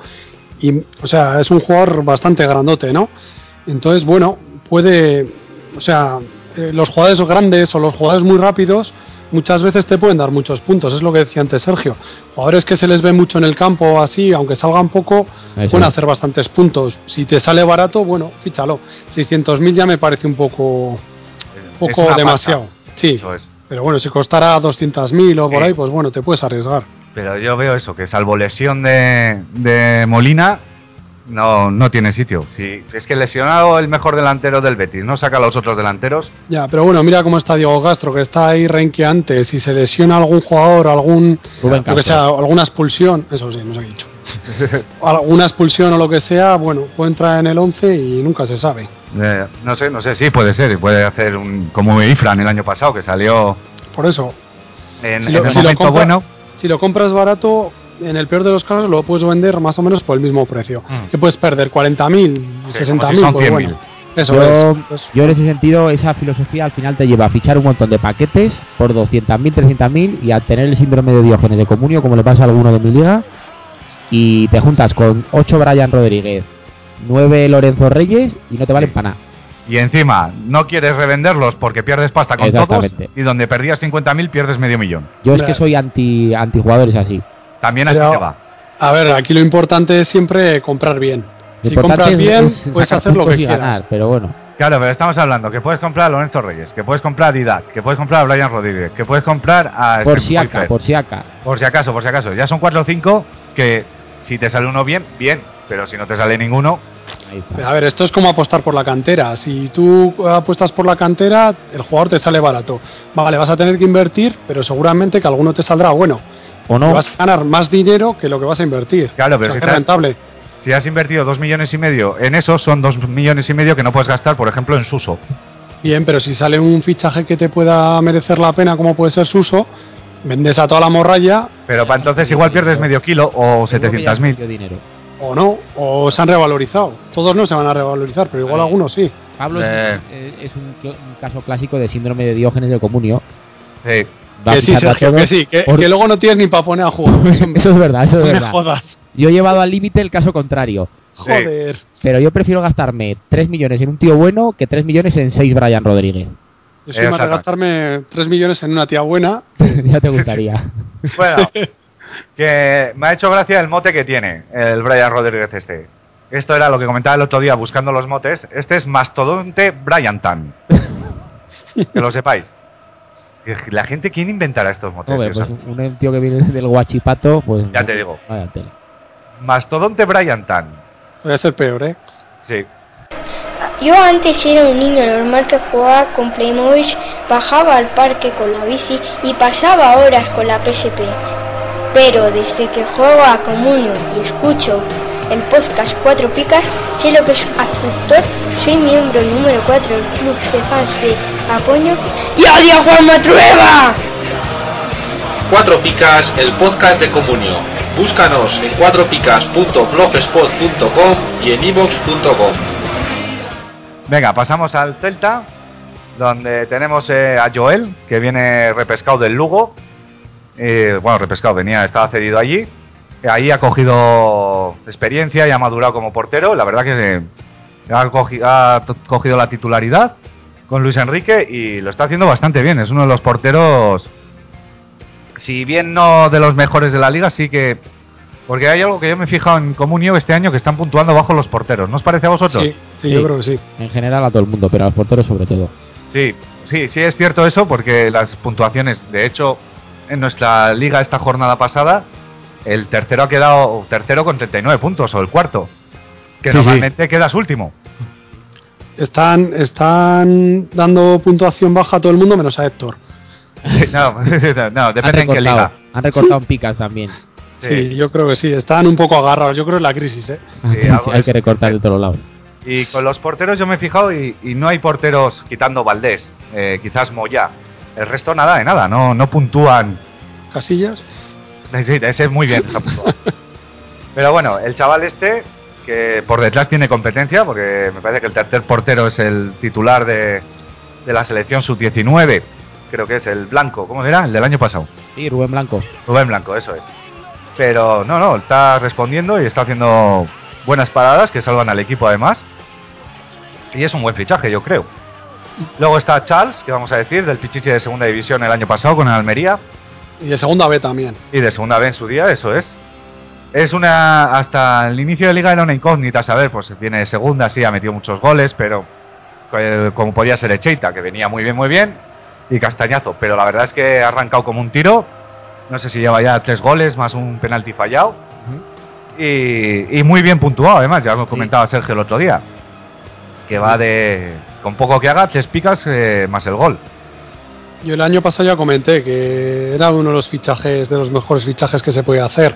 y, o sea, es un jugador bastante grandote, ¿no? Entonces, bueno, puede, o sea, eh, los jugadores grandes o los jugadores muy rápidos muchas veces te pueden dar muchos puntos, es lo que decía antes Sergio. Jugadores que se les ve mucho en el campo así, aunque salgan poco,
Eso
pueden
es.
hacer bastantes puntos. Si te sale barato, bueno, fíchalo. 600.000 ya me parece un poco
Es
poco
una
demasiado.
pasta.
Sí,
Eso es.
pero bueno, si costara 200.000 o por
Sí.
ahí, pues bueno, te puedes arriesgar.
Pero yo veo eso, que salvo lesión de, de Molina, no, no tiene sitio. Si es que lesionado el mejor delantero del Betis, no saca a los otros delanteros.
Ya, pero bueno, mira cómo está Diego Castro, que está ahí renqueante. Si se lesiona algún jugador, algún,
Rubén
lo que
Castro.
sea, alguna expulsión, eso sí, nos ha dicho. alguna expulsión o lo que sea, bueno, puede entrar en el 11 y nunca se sabe.
Eh, no sé, no sé, sí, puede ser. Puede hacer un, como Ifran el año pasado, que salió
Por eso,
en,
Si lo-
en el
si lo
momento
compra-
bueno.
si lo compras barato, en el peor de los casos lo puedes vender más o menos por el mismo precio.
Mm.
Que puedes perder 40.000,
Sí,
60.000,
como si son
pues
100.000.
bueno. Eso
Yo,
es. Pues,
yo en ese sentido, esa filosofía al final te lleva a fichar un montón de paquetes por 200.000, 300.000 y a tener el síndrome de Diógenes de Comunio, como le pasa a alguno de mi liga. Y te juntas con 8 Brian Rodríguez, 9 Lorenzo Reyes y no te valen
Sí.
para nada.
Y encima, no quieres revenderlos porque pierdes pasta con todos.
Exactamente.
Y donde perdías 50.000, pierdes medio millón.
Yo es
Hombre.
que soy anti, anti jugadores así.
También así
Pero-
te va.
A ver, aquí lo importante es siempre comprar bien.
Lo
Si compras bien,
es- es
puedes
sacar
hacer lo que
puntos y
quieras.
ganar, pero bueno.
Claro, pero estamos hablando que puedes comprar a Lorenzo Reyes, que puedes comprar a Didac, que puedes comprar a Brian Rodríguez, que puedes comprar a... Stephen
Por si acá,
Pfeiffer.
por si acá.
Por si acaso, por si acaso. Ya son 4 o 5 que si te sale uno bien, bien. Pero si no te sale ninguno,
Ahí está.
A ver, esto es como apostar por la cantera. Si tú apuestas por la cantera, el jugador te sale barato. Vale, vas a tener que invertir, pero seguramente que alguno te saldrá bueno.
O
Y
no.
Vas a ganar más dinero que lo que vas a invertir.
Claro, pero
O sea,
si
que
estás-
es rentable.
si has invertido 2 millones y medio en eso, son 2 millones y medio que no puedes gastar, por ejemplo, en Suso.
Bien, pero si sale un fichaje que te pueda merecer la pena, como puede ser Suso, vendes a toda la morralla
Pero para entonces igual pierdes medio kilo o 700.000.
dinero.
o no, o se han revalorizado. Todos no se van a revalorizar, pero igual
Ahí.
algunos sí.
Pablo
Eh.
eh, es un, cl- un caso clásico de síndrome de Diógenes del Comunio.
Sí.
Va
que sí,
fichando a
Sergio, que
todos
sí, que,
por-
que luego no tienes ni para poner a jugar.
eso es verdad, eso
No
es
me
verdad.
jodas.
Yo he llevado al límite el caso contrario.
Joder.
Pero yo prefiero gastarme 3 millones en un tío bueno que 3 millones en 6 Brian Rodríguez.
Yo soy más de
Exacto.
gastarme 3 millones en una tía buena.
ya te gustaría.
Bueno, que me ha hecho gracia el mote que tiene el Brian Rodríguez este. Esto era lo que comentaba el otro día buscando los motes. Este es Mastodonte Brian Tan. que lo sepáis. Que La gente, ¿quién inventará estos motes?
Hombre,
Dios
pues
santo?
un, un tío que viene del Guachipato, pues.
Ya te digo.
Vaya tela.
Mastodonte Brian Tan.
Podría ser peor, ¿eh?
Sí.
Yo antes era un niño normal que jugaba con Playmobil, bajaba al parque con la bici y pasaba horas con la PSP. Pero desde que juego a Comunio y escucho el podcast Cuatro Picas, sé lo que es un actor, soy miembro número 4 del club de fans de Apoño y odio a Juan Matrueva.
Cuatro Picas, el podcast de Comunio. Búscanos en cuatropicas.blogspot.com y en ibox.com.
Venga, pasamos al Celta, donde tenemos eh, a Joel, que viene repescado del Lugo. Eh, bueno, repescado, venía, estaba cedido allí. Ahí ha cogido experiencia y ha madurado como portero. La verdad que eh, ha, cogi- ha to- cogido la titularidad con Luis Enrique y lo está haciendo bastante bien. Es uno de los porteros, si bien no de los mejores de la liga, sí que... Porque hay algo que yo me he fijado en Comunio este año que están puntuando bajo los porteros. ¿No os parece a vosotros?
Sí, sí, yo
Sí.
creo que sí.
En general a todo el mundo, pero a los porteros sobre todo.
Sí, sí, sí es cierto eso, porque las puntuaciones, de hecho, en nuestra liga esta jornada pasada, el tercero ha quedado tercero con 39 puntos, o el cuarto, que
Sí,
normalmente quedas último.
Están, están dando puntuación baja a todo el mundo menos a Héctor.
No, no,
han
depende en qué
recortado,
liga.
han recortado en picas también.
Sí. yo creo que sí. Están un poco agarrados. Yo creo que es la crisis, ¿eh?
Sí, algo
hay
es-
que recortar de todos lados.
Y con los porteros yo me he fijado y, y no hay porteros quitando Valdés, eh, quizás Moya. El resto nada de nada, no, no puntúan
Casillas.
Sí, ese es muy bien. esa puta. Pero bueno, el chaval este, que por detrás tiene competencia, porque me parece que el tercer portero es el titular de, de la selección sub-19, creo que es el blanco, ¿cómo será? El del año pasado.
Sí, Rubén Blanco.
Rubén Blanco, eso es. Pero no, no, está respondiendo y está haciendo buenas paradas que salvan al equipo además. Y es un buen fichaje, yo creo. Luego está Charles, que vamos a decir, del Pichichi de segunda división el año pasado con el Almería.
Y de segunda B también.
Y de segunda vez en su día, eso es. Es una. Hasta el inicio de liga era una incógnita, saber, pues viene de segunda, sí, ha metido muchos goles, pero. eh, Como podía ser Echeita, que venía muy bien, muy bien, y Castañazo. Pero la verdad es que ha arrancado como un tiro. No sé si lleva ya tres goles, más un penalti fallado. Y, y muy bien puntuado, además, ya lo comentaba Sergio el otro día. Que va de. Con poco que haga, tres picas eh, más el gol.
Yo el año pasado ya comenté que era uno de los fichajes, de los mejores fichajes que se podía hacer.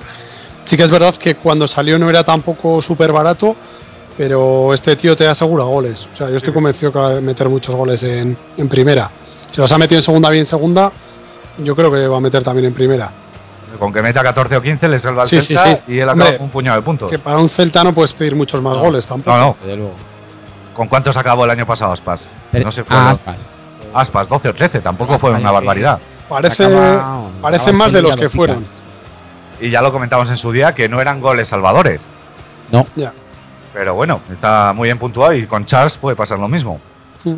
Sí que es verdad que cuando salió no era tampoco súper barato, pero este tío te asegura goles. O sea, yo estoy convencido que va a meter muchos goles en, en primera. Si los ha metido en segunda, bien en segunda, yo creo que va a meter también en primera.
Con que meta 14 o 15, le salva al
Sí, sí,
Celta
sí.
y él acaba
Hombre,
con un puñado de puntos.
Que para un Celta no puedes pedir muchos más goles tampoco.
No, no.
Desde luego.
¿Con cuántos acabó el año pasado Aspas?
Pero-
No se fue.
Ah,
lo-
Aspas.
Aspas, 12 o 13, tampoco fue
Aspas,
una
sí.
barbaridad.
Parece,
Acaba- acaba
parecen más de los
peleando
que
picas.
fueron.
Y ya lo comentamos en su día que no eran goles salvadores.
No,
Ya.
Pero bueno, está muy bien puntuado y con Charles puede pasar lo mismo.
Mm.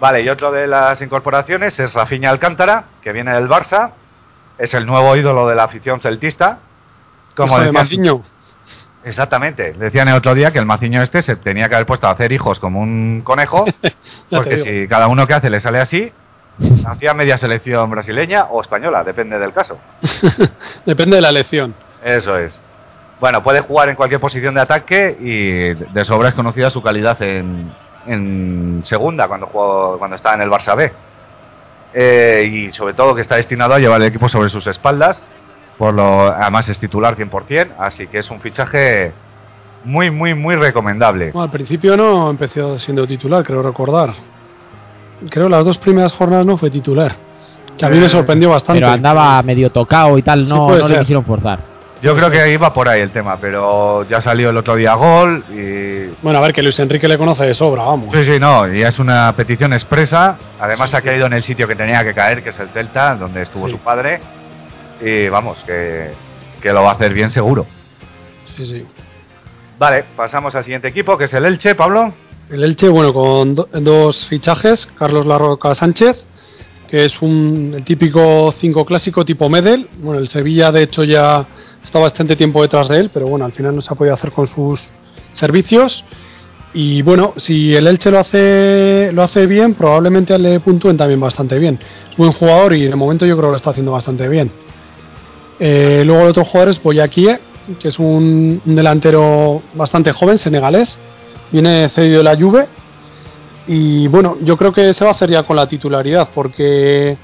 Vale, y otro de las incorporaciones es Rafinha Alcántara, que viene del Barça. Es el nuevo ídolo de la afición celtista.
Hijo de
decían-
Maciño.
Exactamente. Decían el otro día que el maciño este se tenía que haber puesto a hacer hijos como un conejo,
Ya te
porque
digo.
si cada uno que hace le sale así, hacía media selección brasileña o española, depende del caso.
Depende de la elección.
Eso es. Bueno, puede jugar en cualquier posición de ataque y de sobra es conocida su calidad en, en segunda cuando jugó, cuando estaba en el Barça B. Eh, y sobre todo que está destinado a llevar el equipo sobre sus espaldas. Por lo, además es titular 100%, así que es un fichaje muy, muy, muy recomendable.
Bueno, al principio no empezó siendo titular, creo recordar. creo las dos primeras jornadas no fue titular. Que a mí
Eh,
me sorprendió bastante.
Pero andaba medio tocado y tal,
Sí,
no,
puede
no le
ser.
quisieron forzar.
Yo
pues
creo que iba por ahí el tema, pero ya salió el otro día gol y
Bueno, a ver, que Luis Enrique le conoce de sobra, vamos.
Sí, sí, no, y es una petición expresa. Además, ha caído en el sitio que tenía que caer, que es el Delta, donde estuvo
Sí.
su padre. Y vamos, que, que lo va a hacer bien seguro.
Sí, sí.
Vale, pasamos al siguiente equipo, que es el Elche, Pablo.
El Elche, bueno, con do- dos fichajes, Carlos Larroca Sánchez, que es un, el típico 5 clásico tipo Medel. Bueno, el Sevilla de hecho ya está bastante tiempo detrás de él, pero bueno, al final no se ha podido hacer con sus servicios. Y bueno, si el Elche lo hace, lo hace bien, probablemente le puntúen también bastante bien. Es buen jugador y en el momento yo creo que lo está haciendo bastante bien. Eh, luego el otro jugador es Boyakie, que es un, un delantero bastante joven, senegalés. Viene cedido de la Juve. Y bueno, yo creo que se va a hacer ya con la titularidad, porque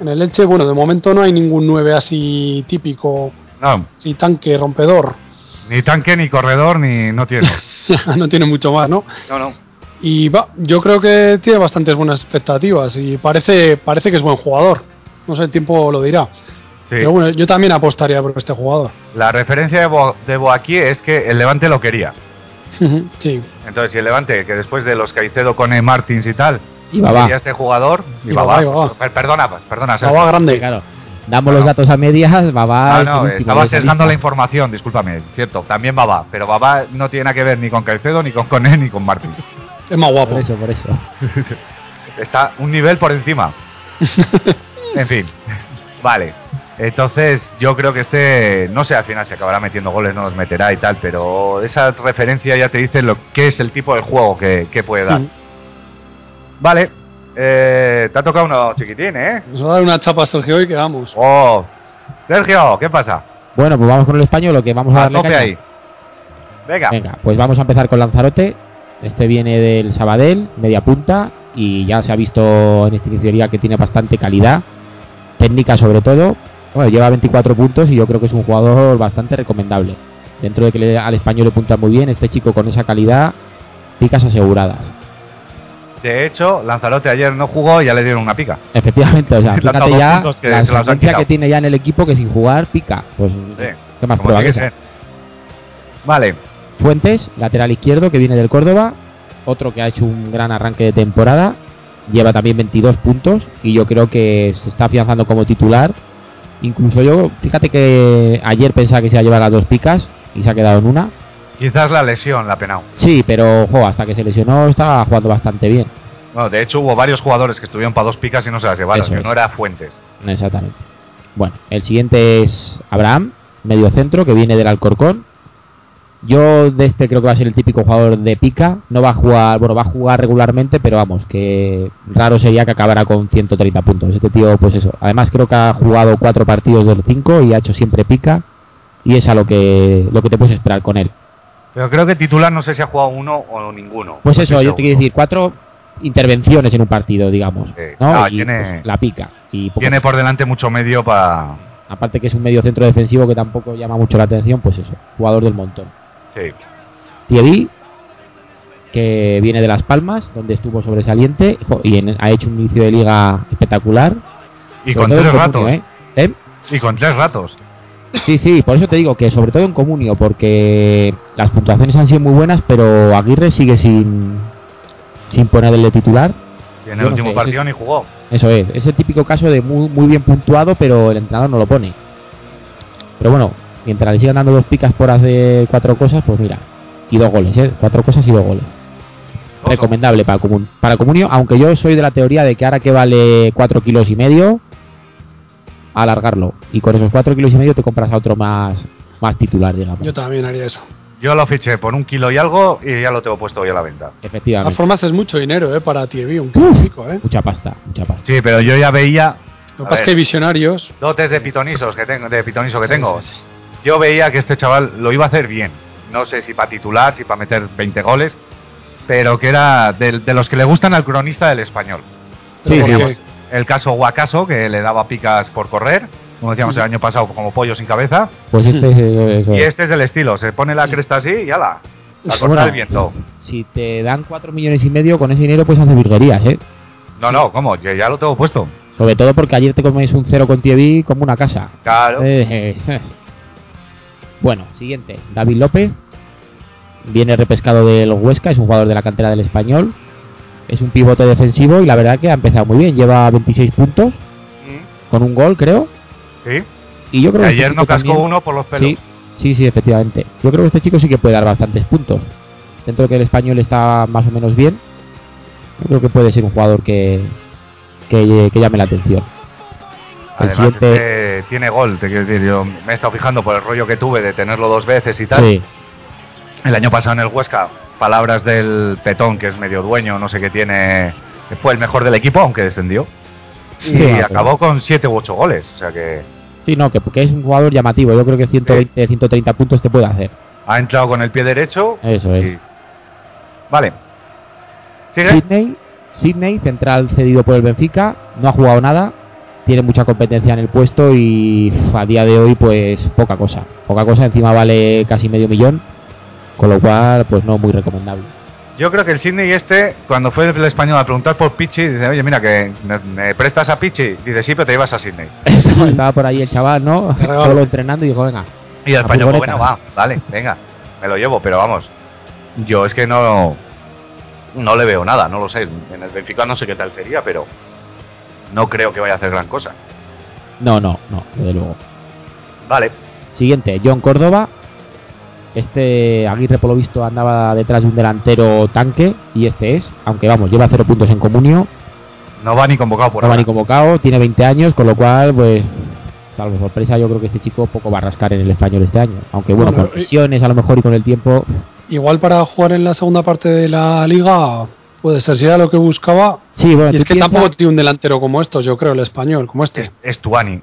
en el Elche, bueno, de momento no hay ningún 9 así típico,
No,
así tanque, rompedor.
ni tanque, ni corredor, ni no tiene.
no tiene mucho más, ¿no?
no, no.
Y va, yo creo que tiene bastantes buenas expectativas y parece, parece que es buen jugador. No sé, el tiempo lo dirá.
Sí.
Pero bueno, yo también apostaría por este jugador.
La referencia de, Bo de Boaquí es que el Levante lo quería.
sí,
Entonces, si el Levante, que después de los Caicedo con Martins y tal,
Y va, va.
quería este jugador, y,
Y
va,
Babá,
va.
y Babá.
Per- Perdona, perdona, Sergio.
Babá grande.
Claro. Damos
No,
los
no.
datos a medias, va, va.
Ah,
es el
no,
último
estaba
de esa
sesgando la
lista.
información, discúlpame, cierto, también Babá, pero Babá no tiene nada que ver ni con Caicedo, ni con Coné, ni con Martins.
Es más guapo.
Por eso, por eso.
Está un nivel por encima. En fin, vale. Entonces, yo creo que este, no sé, al final se acabará metiendo goles, no los meterá y tal, pero esa referencia ya te dice lo que es el tipo de juego que, que puede dar.
Mm.
Vale, eh, te ha tocado uno chiquitín, ¿eh?
Nos va a dar una chapa a Sergio y quedamos.
Oh, Sergio, ¿qué pasa?
Bueno, pues vamos con el español, lo que vamos a
A
darle
tope
caña.
Ah, ahí. Venga,
Venga, pues vamos a empezar con Lanzarote. Este viene del Sabadell, media punta, y ya se ha visto en esta iniciativa que tiene bastante calidad, técnica sobre todo. Bueno, lleva 24 puntos y yo creo que es un jugador bastante recomendable. Dentro de que le- al español le punta muy bien, este chico con esa calidad, picas aseguradas.
de hecho, Lanzarote ayer no jugó y ya le dieron una pica.
Efectivamente, o sea,
Le han dado
fíjate
dos
ya
puntos que
la
se los han
experiencia
quitado.
que tiene ya en el equipo que sin jugar pica. Pues,
Sí,
¿qué más
como
prueba
tiene
que
que
esa?
ser. Vale,
Fuentes, lateral izquierdo, que viene del Córdoba. Otro que ha hecho un gran arranque de temporada. Lleva también 22 puntos y yo creo que se está afianzando como titular. Incluso yo, fíjate que ayer pensaba que se iba a llevar las dos picas y se ha quedado en una.
quizás la lesión la ha penado.
Sí, pero jo, hasta que se lesionó estaba jugando bastante bien.
Bueno, de hecho hubo varios jugadores que estuvieron para dos picas y no se las llevaron,
Eso
que
es.
no era Fuentes.
Exactamente. Bueno, el siguiente es Abraham, medio centro, que viene del Alcorcón. Yo de este creo que va a ser el típico jugador de pica. No va a jugar, bueno, va a jugar regularmente, pero vamos, que raro sería que acabara con 130 puntos. Este tío, pues eso. Además creo que ha jugado cuatro partidos de los cinco y ha hecho siempre pica. Y es a lo que, lo que te puedes esperar con él.
Pero creo que titular no sé si ha jugado uno o ninguno.
Pues
No
eso,
estoy
yo te quiero
seguro.
decir, cuatro intervenciones en un partido, digamos.
Sí.
¿no?
Ah,
Y,
tiene-
pues, la pica. Y poco
Tiene
más.
por delante mucho medio para...
Aparte que es un medio centro defensivo que tampoco llama mucho la atención, pues eso, jugador del montón.
Sí.
Thierry, que viene de Las Palmas, donde estuvo sobresaliente jo, y en- ha hecho un inicio de liga espectacular.
Y
Sobre
con
todo
tres
en
ratos.
Comunio, ¿eh? ¿Eh?
Y con tres ratos.
Sí, sí, por eso te digo que sobre todo en Comunio, porque las puntuaciones han sido muy buenas, pero Aguirre sigue sin, sin ponerle titular.
Y en
Yo
el
no
último
sé, eso
partido
es-
ni jugó.
Eso es, es el típico caso de muy, muy bien puntuado, pero el entrenador no lo pone. Pero bueno, mientras le sigan dando dos picas por hacer cuatro cosas, pues mira, y dos goles, ¿eh? Cuatro cosas y dos goles.
Ojo.
Recomendable para, comun para Comunio, aunque yo soy de la teoría de que ahora que vale cuatro kilos y medio, alargarlo. Y con esos cuatro kilos y medio te compras a otro más, más titular, digamos.
Yo también haría eso.
Yo lo fiché por un kilo y algo y ya lo tengo puesto hoy a la venta.
De todas
Efectivamente.
formas, es mucho dinero, ¿eh? Para TV, un
Uf.
clásico, ¿eh?
Mucha pasta, mucha pasta.
Sí, pero yo ya veía
Lo
A
que pasa es
ver.
que hay visionarios.
dotes de pitonisos que tengo, de pitoniso que
Sí,
tengo.
sí, sí.
Yo veía que este chaval lo iba a hacer bien. No sé si para titular, si para meter 20 goles, pero que era de, de los que le gustan al cronista del español.
Sí,
Pero
sí.
porque-
El caso Guacaso, que le daba picas por correr, como decíamos el año pasado, como pollo sin cabeza.
Pues este es- eso
Y
es.
este es del estilo, se pone la cresta así y ala, a cortar
Bueno,
el viento.
Si te dan 4 millones y medio, con ese dinero puedes hacer virguerías, ¿eh?
No, no, ¿cómo? Ya, ya lo tengo puesto.
Sobre todo porque ayer te coméis un cero con Tievi como una casa.
Claro.
Eh, eh, Bueno, siguiente. David López. Viene repescado del Huesca, es un jugador de la cantera del español. Es un pivote defensivo y la verdad que ha empezado muy bien. Lleva 26 puntos con un gol, creo.
Mm, Sí.
Y yo creo
Que
que este
ayer no
chico
cascó
también-
uno por los pelos.
Sí, sí, sí, efectivamente. Yo creo que este chico sí que puede dar bastantes puntos. Dentro de que el español está más o menos bien, yo creo que puede ser un jugador que, que, que llame la atención. El
Además,
siguiente-
este tiene gol, te quiero decir. Yo me he estado fijando por el rollo que tuve de tenerlo dos veces y tal.
Sí,
El año pasado en el Huesca, palabras del Petón, que es medio dueño, no sé qué tiene. que Fue el mejor del equipo, aunque descendió. Y
Sí, va,
acabó con 7 u 8 goles. O sea que
sí, no, que, que es un jugador llamativo. Yo creo que 120, 130 puntos te puede hacer.
ha entrado con el pie derecho.
Eso es.
y- Vale. ¿Sigue?
Sidney, Sidney, central cedido por el Benfica, no ha jugado nada, tiene mucha competencia en el puesto y uf, a día de hoy pues poca cosa. Poca cosa, encima vale casi medio millón, con lo cual pues no muy recomendable.
Yo creo que el Sidney este, cuando fue el español a preguntar por Pichi, dice, oye, mira, que me, me prestas a Pichi. Dice, sí, pero te llevas a Sidney.
Estaba por ahí el chaval, ¿no?
Te regalo.
Solo entrenando y dijo, venga.
Y el
La
español, pues,
furgoneta.
bueno, va, vale, venga, me lo llevo, pero vamos, yo es que no no le veo nada, no lo sé. En el Benfica no sé qué tal sería, pero no creo que vaya a hacer gran cosa.
No, no, no, desde luego.
Vale,
Siguiente, John Córdoba. Este Aguirre, por lo visto, andaba detrás de un delantero tanque y este es, aunque vamos, lleva cero puntos en comunio,
no va ni convocado por
no va
ahora.
ni convocado, tiene 20 años, con lo cual, pues, salvo sorpresa, yo creo que este chico poco va a rascar en el español este año. Aunque bueno,
Bueno,
con
y-
lesiones a lo mejor y con el tiempo,
Igual para jugar en la segunda parte de la liga puede ser, si era lo que buscaba.
sí, bueno,
Y
tú
es que
piensa-
tampoco tiene un delantero como estos, yo creo, el español, como este.
Es, es Tuani.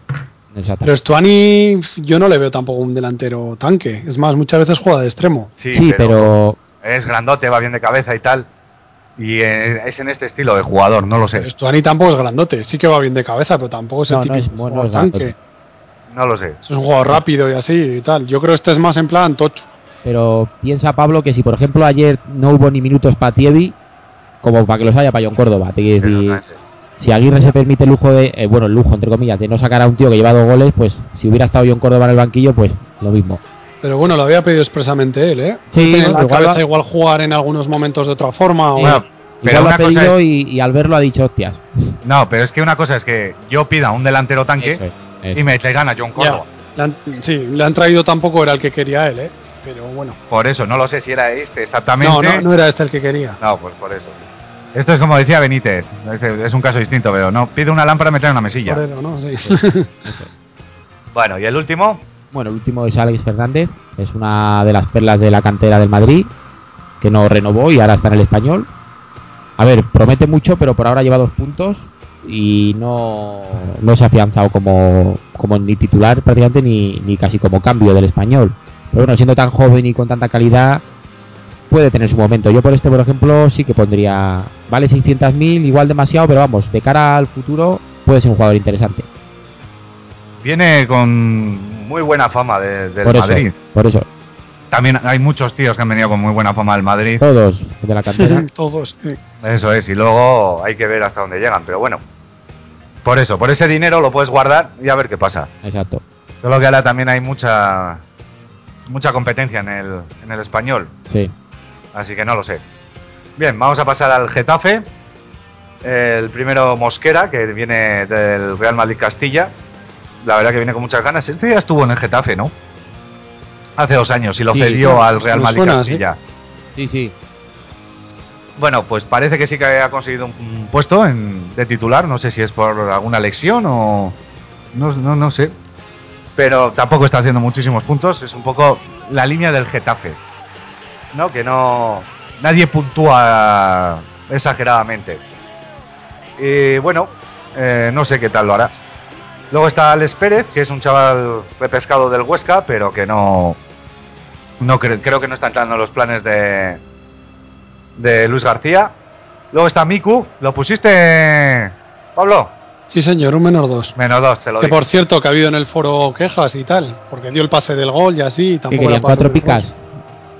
Exacto.
Pero Stuani, yo no le veo tampoco un delantero tanque. Es más, muchas veces juega de extremo.
Sí,
sí, pero,
es grandote, va bien de cabeza y tal. Y eh, es en este estilo de jugador, no lo sé,
Stuani tampoco es grandote. Sí que va bien de cabeza, pero tampoco es
No,
el
no
típico
es bueno,
jugador
es grandote.
tanque.
no lo sé.
Es un jugador rápido y así y tal. Yo creo que este es más en plan tocho.
pero piensa Pablo que si por ejemplo ayer no hubo ni minutos para Tievi, como para que los haya para John Córdoba, te quiero decir,
este.
si Aguirre se permite el lujo de, eh, bueno, el lujo entre comillas, de no sacar a un tío que lleva dos goles, pues si hubiera estado John Córdoba en el banquillo, pues lo mismo.
Pero bueno, lo había pedido expresamente él, ¿eh?
Sí,
Tiene en la
igual
cabeza
va-
igual jugar en algunos momentos de otra forma. o-
Sí.
Bueno,
Igual
pero
lo ha
una cosa
pedido
es-
y, y al verlo ha dicho, hostias.
No, pero es que una cosa es que yo pida un delantero tanque
Eso es, eso.
y me traigan a John Córdoba.
Ya, le han- sí, le han traído tampoco era el que quería él, ¿eh? Pero bueno.
Por eso, no lo sé si era este exactamente.
No, no, no era este el que quería.
No, pues por eso. Esto es como decía Benítez, es, es un caso distinto, pero no pide una lámpara, me trae una mesilla.
Cordero, ¿no? Sí.
Eso es.
Bueno, y el último,
Bueno, el último es Alex Fernández, es una de las perlas de la cantera del Madrid, que no renovó y ahora está en el español. A ver, promete mucho, pero por ahora lleva dos puntos y no, no se ha afianzado como, como ni titular prácticamente ni, ni casi como cambio del español. Pero bueno, siendo tan joven y con tanta calidad, puede tener su momento. Yo por este, por ejemplo, sí que pondría, vale 600.000, igual demasiado, pero vamos, de cara al futuro puede ser un jugador interesante.
viene con muy buena fama de- del
por
Madrid.
eso, por eso,
También hay muchos tíos que han venido con muy buena fama del Madrid.
todos de la cantera.
Todos. sí.
Eso es, y luego hay que ver hasta dónde llegan, pero bueno. Por eso, por ese dinero lo puedes guardar y a ver qué pasa.
Exacto.
Solo que ahora también hay mucha mucha competencia en el, en el español.
Sí.
Así que no lo sé. Bien, vamos a pasar al Getafe. El primero Mosquera, que viene del Real Madrid Castilla. La verdad que viene con muchas ganas. Este ya estuvo en el Getafe, ¿no? Hace dos años y lo
Sí,
cedió
sí,
al Real
me
Madrid
suena,
Castilla.
Sí, sí.
Bueno, pues parece que sí que ha conseguido un- un puesto en- de titular. No sé si es por alguna lesión o. No, no, no sé. Pero tampoco está haciendo muchísimos puntos. Es un poco la línea del Getafe. ¿No? Que no. Nadie puntúa exageradamente. Y bueno, eh, no sé qué tal lo hará. Luego está Alex Pérez, que es un chaval repescado del Huesca, pero que no. no cre- creo que no está entrando en los planes de, de Luis García. Luego está Miku, lo pusiste, Pablo.
Sí, señor, un menor dos.
Menos dos, te lo
Que
digo.
por cierto, que ha habido en el foro quejas y tal, porque dio el pase del gol y así. y
¿Qué
tampoco era
querían?
para
¿Cuatro
hacer el gol.
picas?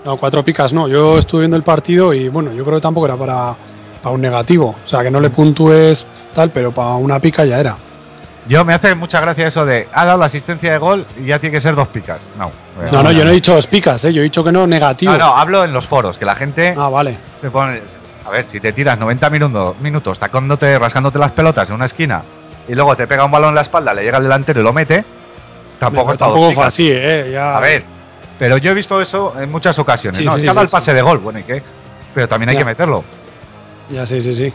No, cuatro picas no. Yo estuve viendo el partido y bueno, yo creo que tampoco era para para un negativo. O sea, que no le puntúes tal, pero para una pica ya era.
Yo me hace mucha gracia eso de ha dado la asistencia de gol y ya tiene que ser dos picas. No, eh,
No, no, yo no he dicho dos picas, ¿eh? yo he dicho que no negativo.
No, Ah, no, eh. hablo en los foros, que la gente
Ah, vale.
te pone- A ver, si te tiras 90 minutos, minutos tacándote, rascándote las pelotas en una esquina y luego te pega un balón en la espalda, le llega al delantero y lo mete, tampoco
Pero
es para dos
tampoco fue
picas.
así, ¿eh? Ya-
A ver, pero yo he visto eso en muchas ocasiones.
Sí,
no,
sí,
se
sí,
ha dado
sí,
el pase de gol, bueno, ¿y qué? Pero también hay
Ya.
que meterlo.
Ya, sí, sí, sí.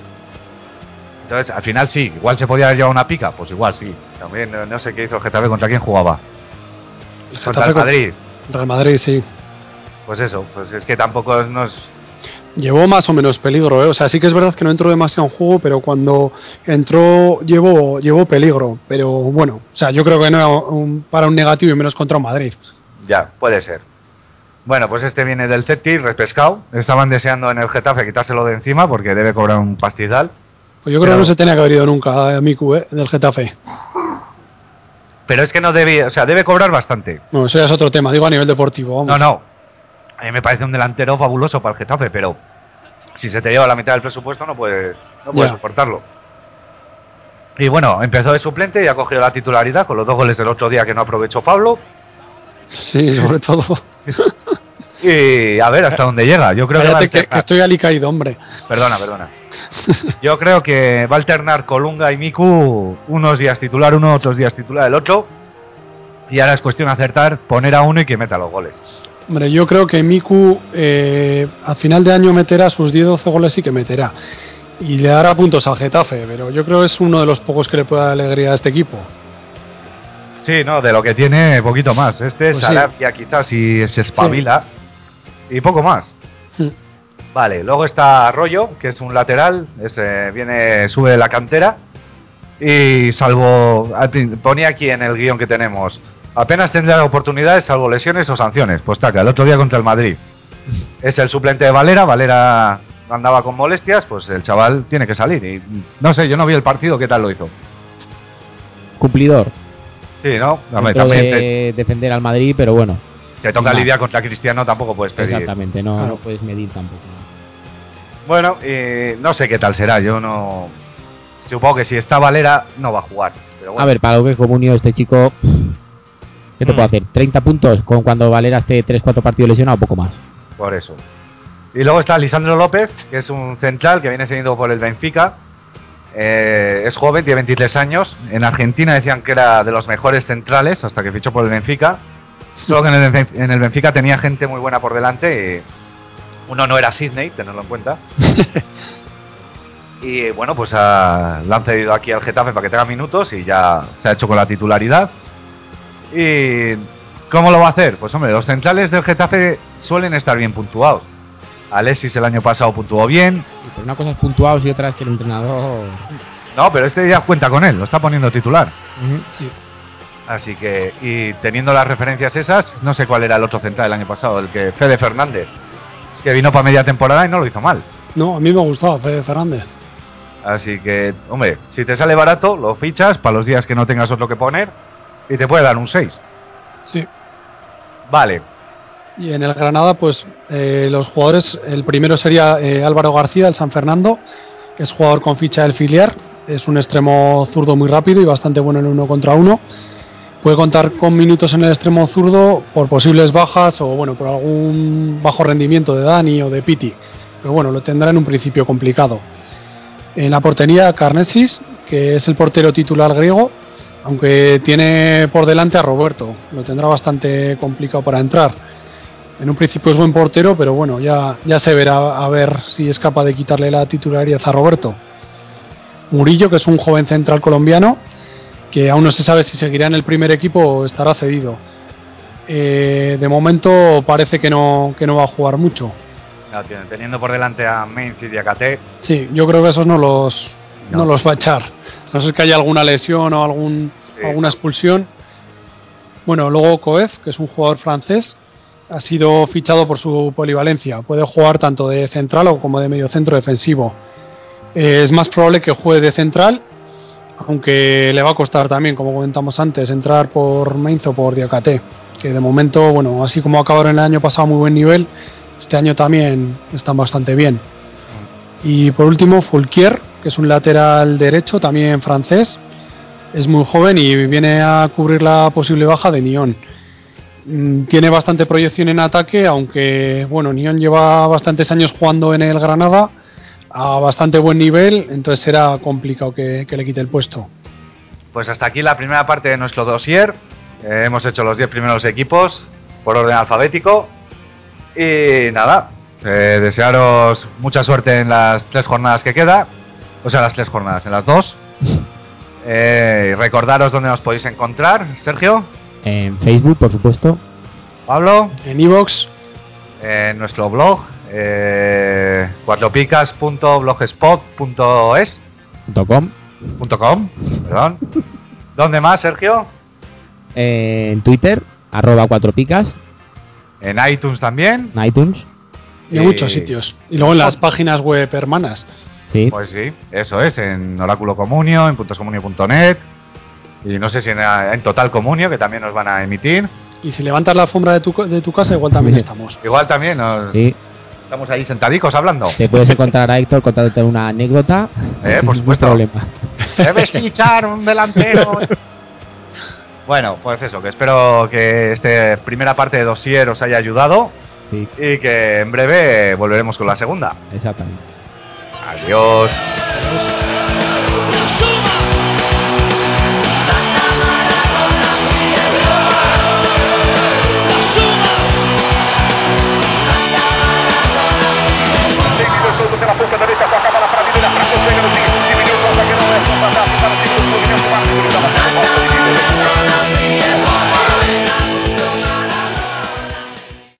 Entonces, al final sí, igual se podía haber llevado una pica, pues igual sí. También no, no sé qué hizo el Getafe, contra quién jugaba. Contra
Getafe
el
con-
Pues Madrid.
Real Madrid, sí.
Pues eso, pues es que tampoco es- no es...
Llevó más o menos peligro, ¿eh? O sea, sí que es verdad que no entró demasiado en juego, pero cuando entró llevó, llevó peligro. Pero bueno, o sea, yo creo que no era un- para un negativo y menos contra un Madrid.
Ya, puede ser. Bueno, pues este viene del Celtic, repescado. Estaban deseando en el Getafe quitárselo de encima porque debe cobrar un pastizal.
Pues yo creo
Pero-
que no se tenía que haber ido nunca a Miku, ¿eh? Del Getafe.
Pero es que no debía, o sea, debe cobrar bastante.
Bueno, eso ya es otro tema, digo a nivel deportivo. Vamos.
No, no. A mí me parece un delantero fabuloso para el Getafe, pero si se te lleva la mitad del presupuesto no puedes, no puedes
Ya.
soportarlo. Y bueno, empezó de suplente y ha cogido la titularidad con los dos goles del otro día que no aprovechó Pablo.
Sí, sobre todo.
Y a ver hasta dónde llega. Yo creo que, va a
Cállate que,
alter-
que estoy alicaído, hombre.
Perdona, perdona. Yo creo que va a alternar Colunga y Miku unos días titular uno, otros días titular el otro. Y ahora es cuestión de acertar, poner a uno y que meta los goles.
Hombre, yo creo que Miku eh, a final de año meterá sus 10-12 goles sí que meterá. Y le dará puntos al Getafe, pero yo creo que es uno de los pocos que le puede dar alegría a este equipo.
Sí, no, de lo que tiene poquito más. Este
Pues sí.
Sarabia quizás si se espabila y poco más.
Mm.
Vale, luego está Arroyo, que es un lateral, ese viene, sube de la cantera y salvo, al prin- ponía aquí en el guión que tenemos, apenas tendrá oportunidades salvo lesiones o sanciones. Pues taca, el otro día contra el Madrid. Es el suplente de Valera, Valera andaba con molestias, pues el chaval tiene que salir. Y no sé, yo no vi el partido, ¿qué tal lo hizo?
Cumplidor.
Sí, ¿no? A ver,
Dentro
también te-
de defender al Madrid, pero bueno,
Te toca
No.
lidiar contra Cristiano, tampoco puedes pedir.
exactamente, no,
Claro.
no puedes medir tampoco.
Bueno, eh, no sé qué tal será, yo no... Supongo que si está Valera, no va a jugar. Pero bueno,
A ver, para lo que es comunio este chico, ¿qué te
Mm.
puedo hacer? ¿30 puntos con cuando Valera esté 3-4 partidos lesionado o poco más?
por eso. Y luego está Lisandro López, que es un central que viene cedido por el Benfica. Eh, es joven, tiene 23 años. En Argentina decían que era de los mejores centrales hasta que fichó por el Benfica. Solo que en el, Benf- en el Benfica tenía gente muy buena por delante. y uno no era Sidney, tenerlo en cuenta. y eh, bueno, pues ha, la han cedido aquí al Getafe para que tenga minutos y ya se ha hecho con la titularidad. ¿Y cómo lo va a hacer? Pues hombre, los centrales del Getafe suelen estar bien puntuados. Alexis el año pasado puntuó bien,
Pero una cosa es puntuados y otra es que el entrenador.
no, pero este ya cuenta con él, lo está poniendo titular.
Sí.
Así que, y teniendo las referencias esas, no sé cuál era el otro central del año pasado, el que Fede Fernández, que vino para media temporada y no lo hizo mal.
No, a mí me gustaba Fede Fernández.
Así que, hombre, si te sale barato, lo fichas para los días que no tengas otro que poner y te puede dar un 6.
Sí.
Vale,
Y en el Granada, pues eh, los jugadores, el primero sería eh, Álvaro García, el San Fernando, que es jugador con ficha del filiar, es un extremo zurdo muy rápido y bastante bueno en uno contra uno. Puede contar con minutos en el extremo zurdo por posibles bajas o bueno por algún bajo rendimiento de Dani o de Piti, pero bueno lo tendrá en un principio complicado. En la portería Carnesis, que es el portero titular griego, aunque tiene por delante a Roberto, lo tendrá bastante complicado para entrar. En un principio es buen portero, pero bueno, ya, ya se verá a ver si es capaz de quitarle la titularidad a Roberto. Murillo, que es un joven central colombiano, que aún no se sabe si seguirá en el primer equipo o estará cedido. Eh, de momento parece que no, que no va a jugar mucho.
ya tienen- teniendo por delante a Mainz y Diacaté,
Sí, yo creo que esos no los,
No.
no. los va a echar. A No sé que haya alguna lesión o algún,
Sí,
alguna
sí.
expulsión. Bueno, luego Coef, que es un jugador francés, ha sido fichado por su polivalencia. Puede jugar tanto de central o como de mediocentro defensivo. Eh, es más probable que juegue de central, aunque le va a costar también, como comentamos antes, entrar por Mainz o por Diacaté. Que de momento, bueno, así como acabaron el año pasado a muy buen nivel, este año también están bastante bien. Y por último, Fulquier, que es un lateral derecho, también francés. Es muy joven y viene a cubrir la posible baja de Nyon. Mm, Tiene bastante proyección en ataque, aunque bueno, Nyon lleva bastantes años jugando en el Granada a bastante buen nivel, entonces será complicado que, que le quite el puesto.
Pues hasta aquí la primera parte de nuestro dossier. Eh, hemos hecho los 10 primeros equipos por orden alfabético. Y nada, eh, desearos mucha suerte en las tres jornadas que queda. O sea, las tres jornadas, en las dos. Eh, y recordaros dónde nos podéis encontrar, Sergio,
En Facebook, por supuesto.
Pablo,
En Evox,
en nuestro blog, eh, cuatropicas.blogspot.es.
.com.
Punto .com, perdón. ¿Dónde más, Sergio?
En Twitter, arroba cuatro picas.
En iTunes también.
En iTunes.
en
Eh,
muchos sitios. Y luego en las páginas web hermanas.
Sí.
Pues sí, eso es, en Oráculo Comunio, en puntoscomunio.net. Y no sé si en, en Total Comunio, que también nos van a emitir.
Y si levantas la alfombra de tu, co- de tu casa, igual también
Sí.
estamos.
Igual también nos-
Sí.
estamos ahí sentadicos hablando.
Te puedes encontrar a Héctor contándote una anécdota.
Eh, por
Ningún
supuesto.
problema.
Debes fichar un delantero. bueno, pues eso, que espero que esta primera parte de dossier os haya ayudado
Sí,
y que en breve volveremos con la segunda.
exactamente.
Adiós.